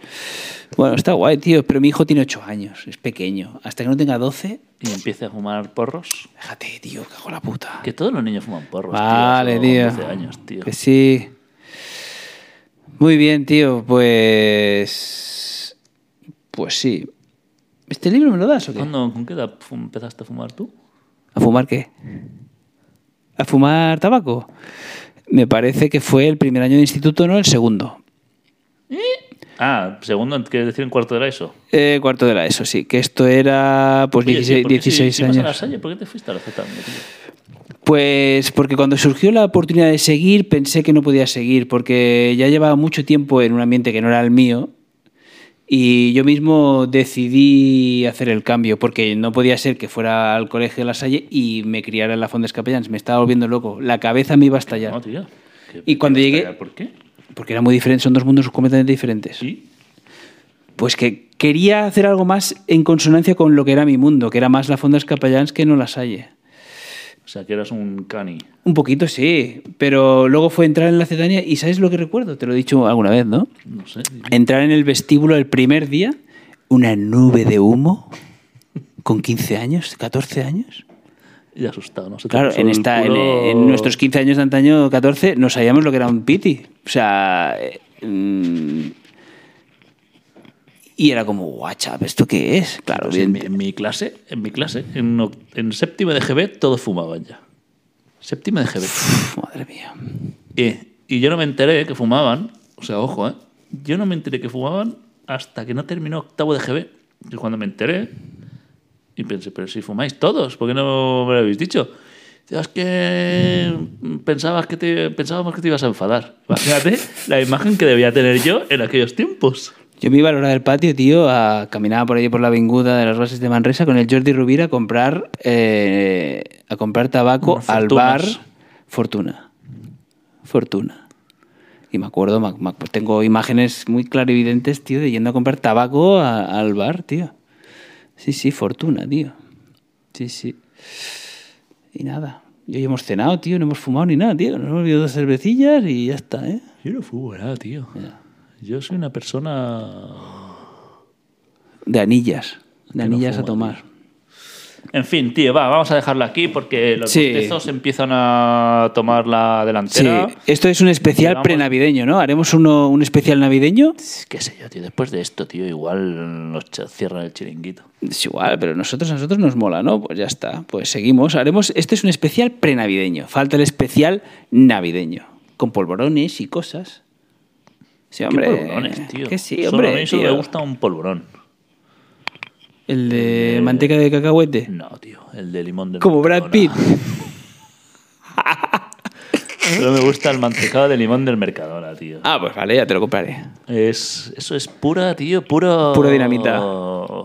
Bueno, está guay, tío. Pero mi hijo tiene 8 años, es pequeño. Hasta que no tenga 12, Y empieza a fumar porros. déjate, tío, cago en la puta. Que todos los niños fuman porros, tío, Vale, son tío. 12 años, tío. Que sí. Muy bien, tío. Pues. Pues sí. ¿Este libro me lo das o qué? ¿Cuándo, ¿Con qué edad fu- empezaste a fumar tú? ¿A fumar qué? ¿A fumar tabaco? Me parece que fue el primer año de instituto, no el segundo. Ah, segundo, ¿quieres decir en cuarto de la ESO? Eh, cuarto de la ESO, sí. Que esto era, pues, Oye, 16, tío, ¿por qué si- 16 si vas a la años. Salle, ¿Por qué te fuiste a la Z? hombre, tío? Pues porque cuando surgió la oportunidad de seguir pensé que no podía seguir porque ya llevaba mucho tiempo en un ambiente que no era el mío y yo mismo decidí hacer el cambio porque no podía ser que fuera al colegio de La Salle y me criara en la Fondes Capellans. Me estaba volviendo loco. La cabeza me iba a No, estallar tío. ¿Qué- Y cuando qué llegué- hostia, ¿Por qué? porque era muy diferente, son dos mundos completamente diferentes. Sí. Pues que quería hacer algo más en consonancia con lo que era mi mundo, que era más la Fondes Capellans que no La Salle. O sea, que eras un cani. Un poquito sí, pero luego fue entrar en la cetanía y ¿sabes lo que recuerdo? Te lo he dicho alguna vez, ¿no? No sé. tío. Entrar en el vestíbulo el primer día, una nube de humo con 15 años, 14 años. Y asustado, no sé. Claro, en, esta, en, en nuestros 15 años de antaño, 14, no sabíamos lo que era un piti. O sea... eh, mm, y era como, WhatsApp, ¿esto qué es? Claro, Claro, pues, en, mi, evidente- en mi clase, en mi clase, en, oc- en séptima de GB, todos fumaban ya. Séptima de GB. Pf, madre mía. Y, y yo no me enteré que fumaban, o sea, ojo, ¿eh? Yo no me enteré que fumaban hasta que no terminó octavo de GB. Y cuando me enteré, y pensé, pero si fumáis todos, ¿por qué no me lo habéis dicho? Dice, Es que pensabas que te, pensábamos que te ibas a enfadar. Imagínate la imagen que debía tener yo en aquellos tiempos. Yo me iba a la hora del patio, tío, a caminar por allí por la vinguda de las bases de Manresa con el Jordi Rubira a comprar, eh, a comprar tabaco Unas al bar fortunas. Fortuna. Fortuna. Y me acuerdo, ma- ma- pues tengo imágenes muy clarividentes, tío, de yendo a comprar tabaco a- al bar, tío. Sí, sí, Fortuna, tío. Sí, sí. Y nada. Y hoy hemos cenado, tío, no hemos fumado ni nada, tío. Nos hemos bebido dos cervecillas y ya está, ¿eh? Yo no fumo nada, tío. Yo soy una persona... De anillas. De no anillas fuma, a tomar. En fin, tío, va, vamos a dejarlo aquí porque los Sí. bostezos empiezan a tomar la Sí, delantera. esto es un especial Digamos- prenavideño, ¿no? Haremos uno, un especial navideño. Qué sé yo, tío, después de esto, tío, igual nos ch- cierran el chiringuito. Es igual, pero nosotros a nosotros nos mola, ¿no? Pues ya está, pues seguimos. Haremos, este es un especial prenavideño. Falta el especial navideño, con polvorones y cosas. Sí, hombre. eh, ¿Qué polvorones, tío? Que sí, Solo a hombre. mí solo tío. me gusta un polvorón. El de manteca de cacahuete. No, tío, el de limón de Como Brad Pitt. Mercadona. *laughs* Solo me gusta el mantecado de limón del Mercadona, tío. Ah, pues vale, ya te lo compraré. Es, eso es pura, tío, puro... Pura dinamita.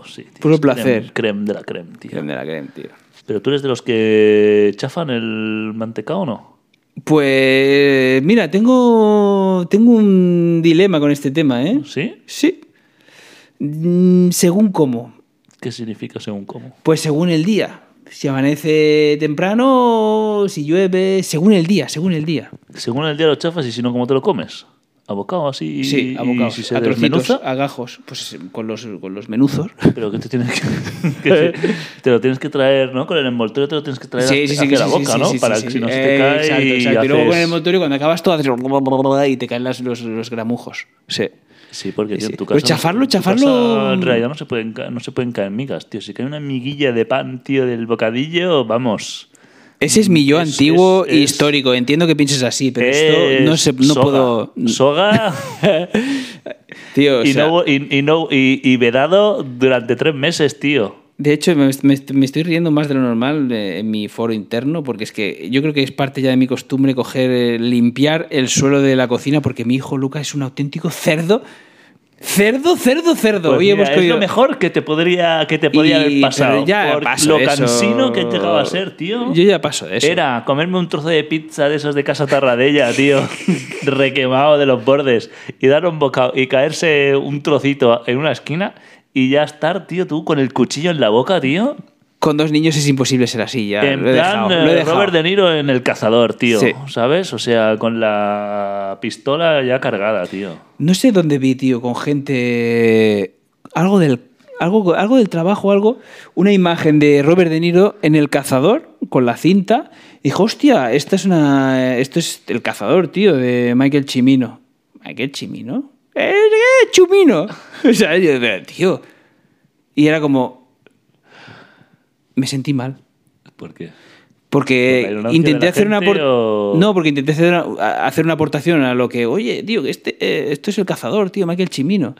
Sí, tío, Puro es creme- placer. Creme de la creme, tío. Creme de la creme, tío. Pero tú eres de los que chafan el mantecado o no? Pues mira, tengo, tengo un dilema con este tema, ¿eh? ¿Sí? Sí. Mm, según cómo. ¿Qué significa según cómo? Pues según el día. Si amanece temprano, si llueve, según el día, según el día. Según el día lo chafas y si no, ¿cómo te lo comes? ¿Abocado así? y- Sí, a bocados, Y si se a trocitos, desmenuza. a gajos, pues con los, con los menuzos. Pero que te tienes que, *laughs* Eh. que se- te lo tienes que traer, ¿no? Con el envoltorio te lo tienes que traer hacia, hacia la boca, ¿no? Para que si no se te Eh, cae Exacto, y exacto. Y luego haces- con el motor y cuando acabas todo haces y te caen las- los, los gramujos. Sí. Sí, porque tío, Sí, en tu casa... pero Pues chafarlo, en tu casa, chafarlo- en realidad no se, pueden, ca- no se pueden caer migas, tío. Si cae una miguilla de pan, tío, del bocadillo, vamos... Ese es mi yo Es- antiguo es- e es- histórico. Entiendo que pienses así, pero Es esto no, se, no soga. puedo. Soga Tío, *laughs* o y, sea, no, y, y no- y- y vedado durante tres meses, tío. De hecho, me, me- me estoy riendo más de lo normal eh, en mi foro interno, porque es que yo creo que es parte ya de mi costumbre coger, eh, limpiar el suelo de la cocina, porque mi hijo Luca es un auténtico cerdo. Cerdo, cerdo, cerdo. Pues Hoy mira, hemos es cogido- lo mejor que te podría, que te podría Y- haber pasado. pero ya por paso lo de eso. cansino que llegaba a ser, tío. Yo ya paso de eso. Era comerme un trozo de pizza de esos de casa Tarradella, tío, *laughs* requemado de los bordes, y dar un bocado y caerse un trocito en una esquina y ya estar, tío, tú con el cuchillo en la boca, tío. Con dos niños es imposible ser así, ya. en lo he plan dejado, lo he eh, dejado. Robert De Niro en El Cazador, tío, Sí. ¿sabes? O sea, con la pistola ya cargada, tío. No sé dónde vi, tío, con gente. Algo del. Algo, algo del trabajo, algo. Una imagen de Robert De Niro en El Cazador, con la cinta. Dijo, hostia, esta es una. Esto es El Cazador, tío, de Michael Chimino. ¿Michael Chimino? ¡Eh, eh, Chumino! *laughs* O sea, yo, pero, tío. Y era como. Me sentí mal. ¿Por qué? ¿Por la Porque ignorancia de intenté la hacer una gente apor- o- no porque intenté hacer una, a- hacer una aportación a lo que oye tío que este eh, esto es el cazador tío Michael Chimino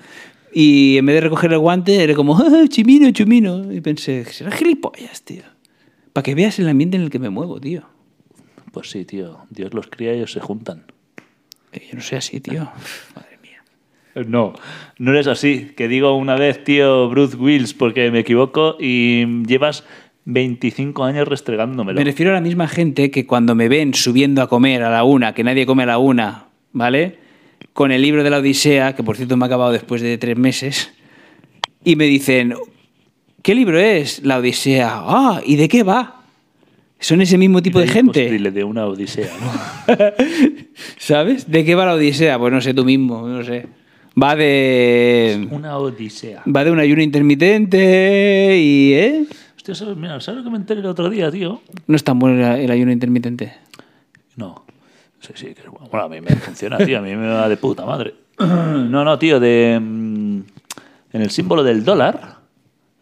y en vez de recoger el guante era como "Ah, Chimino Chimino y pensé será gilipollas tío para que veas el ambiente en el que me muevo tío Pues sí, tío. Dios los cría y ellos se juntan. Eh, yo no soy *laughs* así tío madre mía No, no eres así. Que digo una vez, tío, Bruce Wills, porque me equivoco y llevas 25 años restregándomelo. me refiero a la misma gente que cuando me ven subiendo a comer a la una que nadie come a la una vale con el libro de la Odisea que por cierto me ha acabado después de tres meses y me dicen, ¿qué libro es? La Odisea. Ah, ¿y de qué va? Son ese mismo tipo de Ahí, pues, gente, dile de una odisea, ¿no? *laughs* ¿sabes? ¿De qué va la Odisea? Pues no sé tú mismo, no sé. Va de... Una odisea. Va de un ayuno intermitente y... ¿eh? Hostia, ¿sabes? Mira, ¿sabes lo que me enteré el otro día, tío? No es tan bueno el- el ayuno intermitente. No. Sí, sí, que es bueno. Bueno, a mí me funciona, tío. A mí me va de puta madre. *clears throat* No, no, tío, de... mm, En el símbolo del dólar,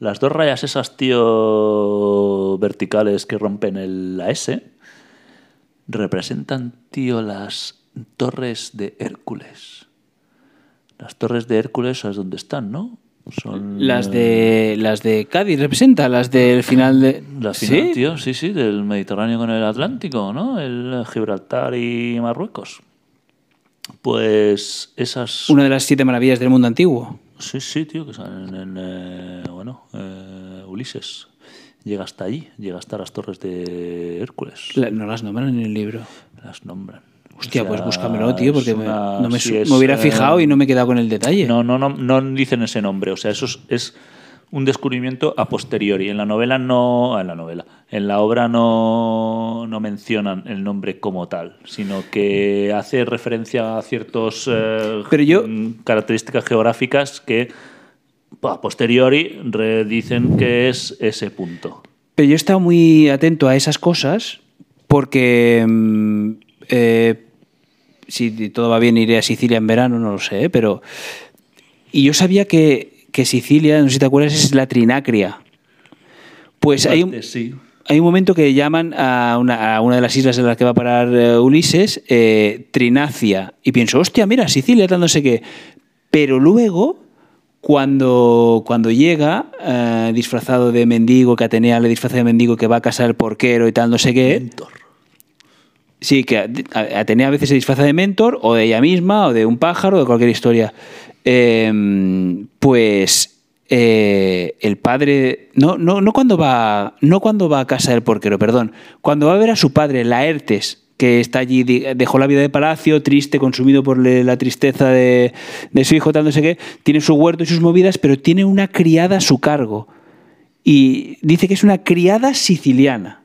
las dos rayas esas, tío, verticales que rompen el, la S, representan, tío, las torres de Hércules. Las torres de Hércules, ¿sabes dónde están, no? Son Las de, las de Cádiz representa, las del final de... la final, ¿Sí? pues, tío, sí, sí, del Mediterráneo con el Atlántico, ¿no? El Gibraltar y Marruecos. Pues esas... Una de las siete maravillas del mundo antiguo. Sí, sí, tío, que salen en... eh, bueno, eh, Ulises. Llega hasta allí, llega hasta las torres de Hércules. La- no las nombran en el libro. Las nombran. Hostia, O sea, pues búscamelo, tío, porque es me, una- no me, sí, su- es, me hubiera eh, fijado y no me he quedado con el detalle. No, no, no, no dicen ese nombre. O sea, eso es, es un descubrimiento a posteriori. En la novela no, ah, en la novela, en la obra no, no mencionan el nombre como tal, sino que hace referencia a ciertas Pero yo- características geográficas que a posteriori re- dicen que es ese punto. Pero yo he estado muy atento a esas cosas porque mm, eh, si todo va bien iré a Sicilia en verano, no lo sé, ¿eh? pero... Y yo sabía que, que Sicilia, no sé si te acuerdas, es la Trinacria. Pues hay un, Parte, sí. hay un momento que llaman a una, a una de las islas en las que va a parar eh, Ulises, eh, Trinacia. Y pienso, hostia, mira, Sicilia, tal, no sé qué. Pero luego, cuando, cuando llega, eh, disfrazado de mendigo, que Atenea le disfraza de mendigo, que va a casar el porquero y tal, no sé qué. Sí, que a- a- Atenea a veces se disfraza de mentor, o de ella misma, o de un pájaro, o de cualquier historia. Eh, pues eh, el padre. No, no, no cuando va. No cuando va a casa del porquero, perdón. Cuando va a ver a su padre, Laertes, que está allí, di- dejó la vida de palacio, triste, consumido por le- la tristeza de, de su hijo, tal no sé qué, tiene su huerto y sus movidas, pero tiene una criada a su cargo. Y dice que es una criada siciliana.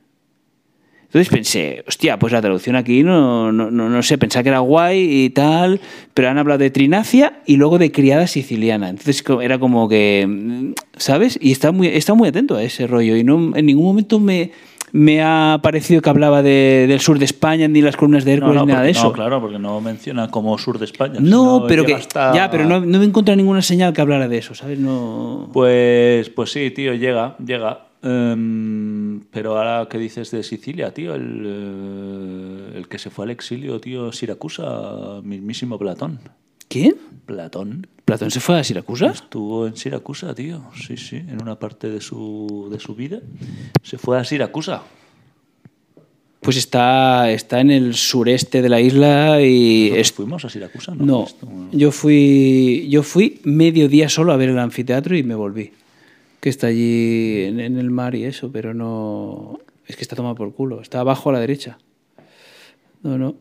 Entonces pensé, hostia, pues la traducción aquí no, no, no, no sé, pensaba que era guay y tal, pero han hablado de Trinacia y luego de criada siciliana. Entonces co- era como que, mm, ¿sabes? Y está muy, está muy atento a ese rollo y no, en ningún momento me, me ha parecido que hablaba de- del sur de España ni las columnas de Hércules no, ni nada de porque- eso. no, claro, porque no menciona como sur de España. No, sino pero que llega hasta- ya, pero no, no me encuentro ninguna señal que hablara de eso, ¿sabes? No. Pues, pues sí, tío, llega, llega. Em, pero ahora que dices de Sicilia, tío, el, eh, el que se fue al exilio, tío, Siracusa, mismísimo Platón. ¿Quién? Platón ¿Platón se fue a Siracusa? estuvo en Siracusa, tío, sí, sí, en una parte de su, de su vida. Se fue a Siracusa. Pues está, está en el sureste de la isla y Nosotros es- fuimos a Siracusa, ¿no? No, Esto- yo fui, yo fui medio día solo a ver el anfiteatro y me volví. Que está allí en, en el mar y eso, pero no. Es que está tomado por culo. Está abajo a la derecha. No, no.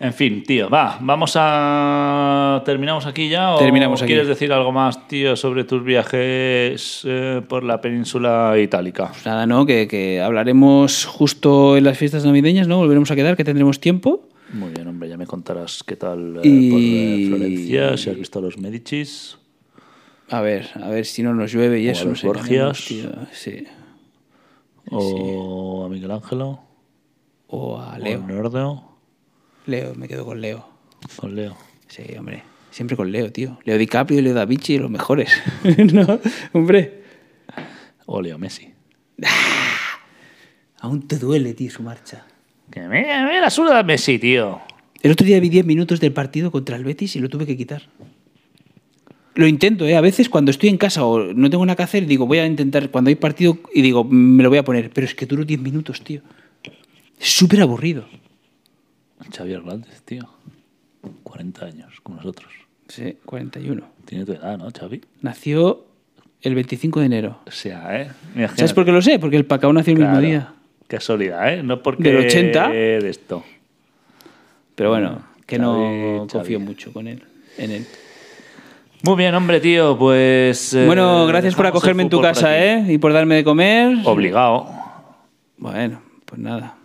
En fin, tío, va, vamos a... ¿Terminamos aquí ya? ¿O Terminamos aquí. quieres decir algo más, tío, sobre tus viajes eh, por la península itálica? Pues nada, no, que, que hablaremos justo en las fiestas navideñas, ¿no? Volveremos a quedar, que tendremos tiempo. Muy bien, hombre, ya me contarás qué tal eh, Y- por eh, Florencia, si has visto a los Medicis. A ver, a ver si no nos llueve y O a eso. los no sé, Borgias. tío, Sí. O a Miguel Ángelo. O a O a Leo. Nerdo. Leo, me quedo con Leo. Con Leo. Sí, hombre. Siempre con Leo, tío. Leo DiCaprio y Leo Da Vinci, los mejores. *laughs* no, hombre. O Leo Messi. Aún te duele, tío, su marcha. Que mira, mira, suda a Messi, tío. El otro día vi 10 minutos del partido contra el Betis y lo tuve que quitar. Lo intento, ¿eh? A veces cuando estoy en casa o no tengo nada que hacer, digo, voy a intentar, cuando hay partido, y digo, me lo voy a poner. Pero es que duro 10 minutos, tío. Es súper aburrido. Xavi Hernández, tío. 40 años, como nosotros. Sí, 41. Tiene tu edad, ¿no, Xavi? Nació el 25 de enero. O sea, ¿eh? Mira, ¿Sabes por qué lo sé? Porque el Pacao nació el Claro. mismo día. Casualidad, ¿eh? No porque... ¿Del 80? De esto. Pero bueno, que no Mm, Xavi, Xavi. confío mucho con él, en él. Muy bien, hombre, tío, pues... eh, bueno, gracias por dejamos el acogerme en tu fútbol por casa, aquí. ¿eh? Y por darme de comer. Obligado. Bueno, pues nada.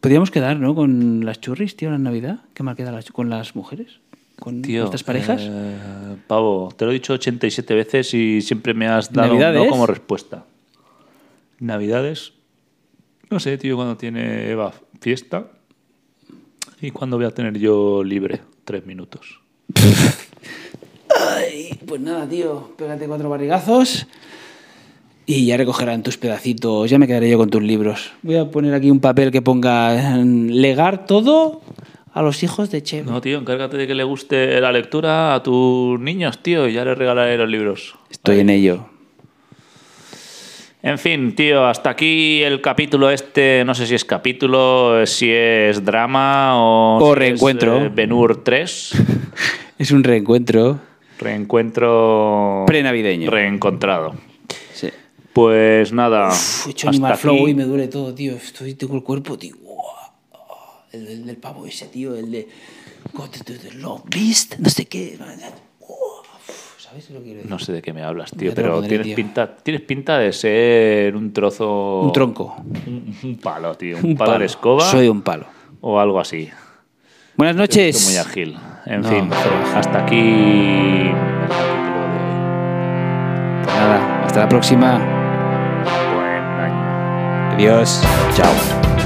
Podríamos quedar, ¿no? Con las churris, tío, en la Navidad. ¿Qué mal queda la chu- con las mujeres? ¿Con Tío, nuestras parejas? eh, pavo, te lo he dicho 87 veces y siempre me has dado un ¿Navidades? no como respuesta. Navidades. No sé, tío, cuando tiene Eva fiesta y cuándo voy a tener yo libre tres minutos. Ay, pues nada, tío. Pégate cuatro barrigazos. Y ya recogerán tus pedacitos. Ya me quedaré yo con tus libros. Voy a poner aquí un papel que ponga eh, legar todo a los hijos de Che. No, tío, encárgate de que le guste la lectura a tus niños, tío, y ya les regalaré los libros. Estoy en ello. En fin, tío, hasta aquí el capítulo este, no sé si es capítulo, si es drama o... O si es, reencuentro. eh, Ben Hur *laughs* 3. Es un reencuentro. Reencuentro. Prenavideño. Reencontrado. Sí. Pues nada. he hasta hecho Animal aquí. Flow y me duele todo, tío. Estoy, tengo el cuerpo, tío. Uah, ah, El, el del pavo ese, tío. El de... Got to the Love Beast. No sé qué. Uah, uf, ¿Sabes lo que quiero decir? No sé de qué me hablas, tío, Ya te lo pero pondré, tienes, tío. Pinta, tienes pinta de ser un trozo. Un tronco. Un, un palo, tío. Un, Un palo, de escoba Soy un palo. o algo así. Buenas noches. Estoy muy ágil. En No. fin, hasta aquí. el capítulo de hoy. Pues nada, hasta la próxima. Buen año. Adiós. Chao.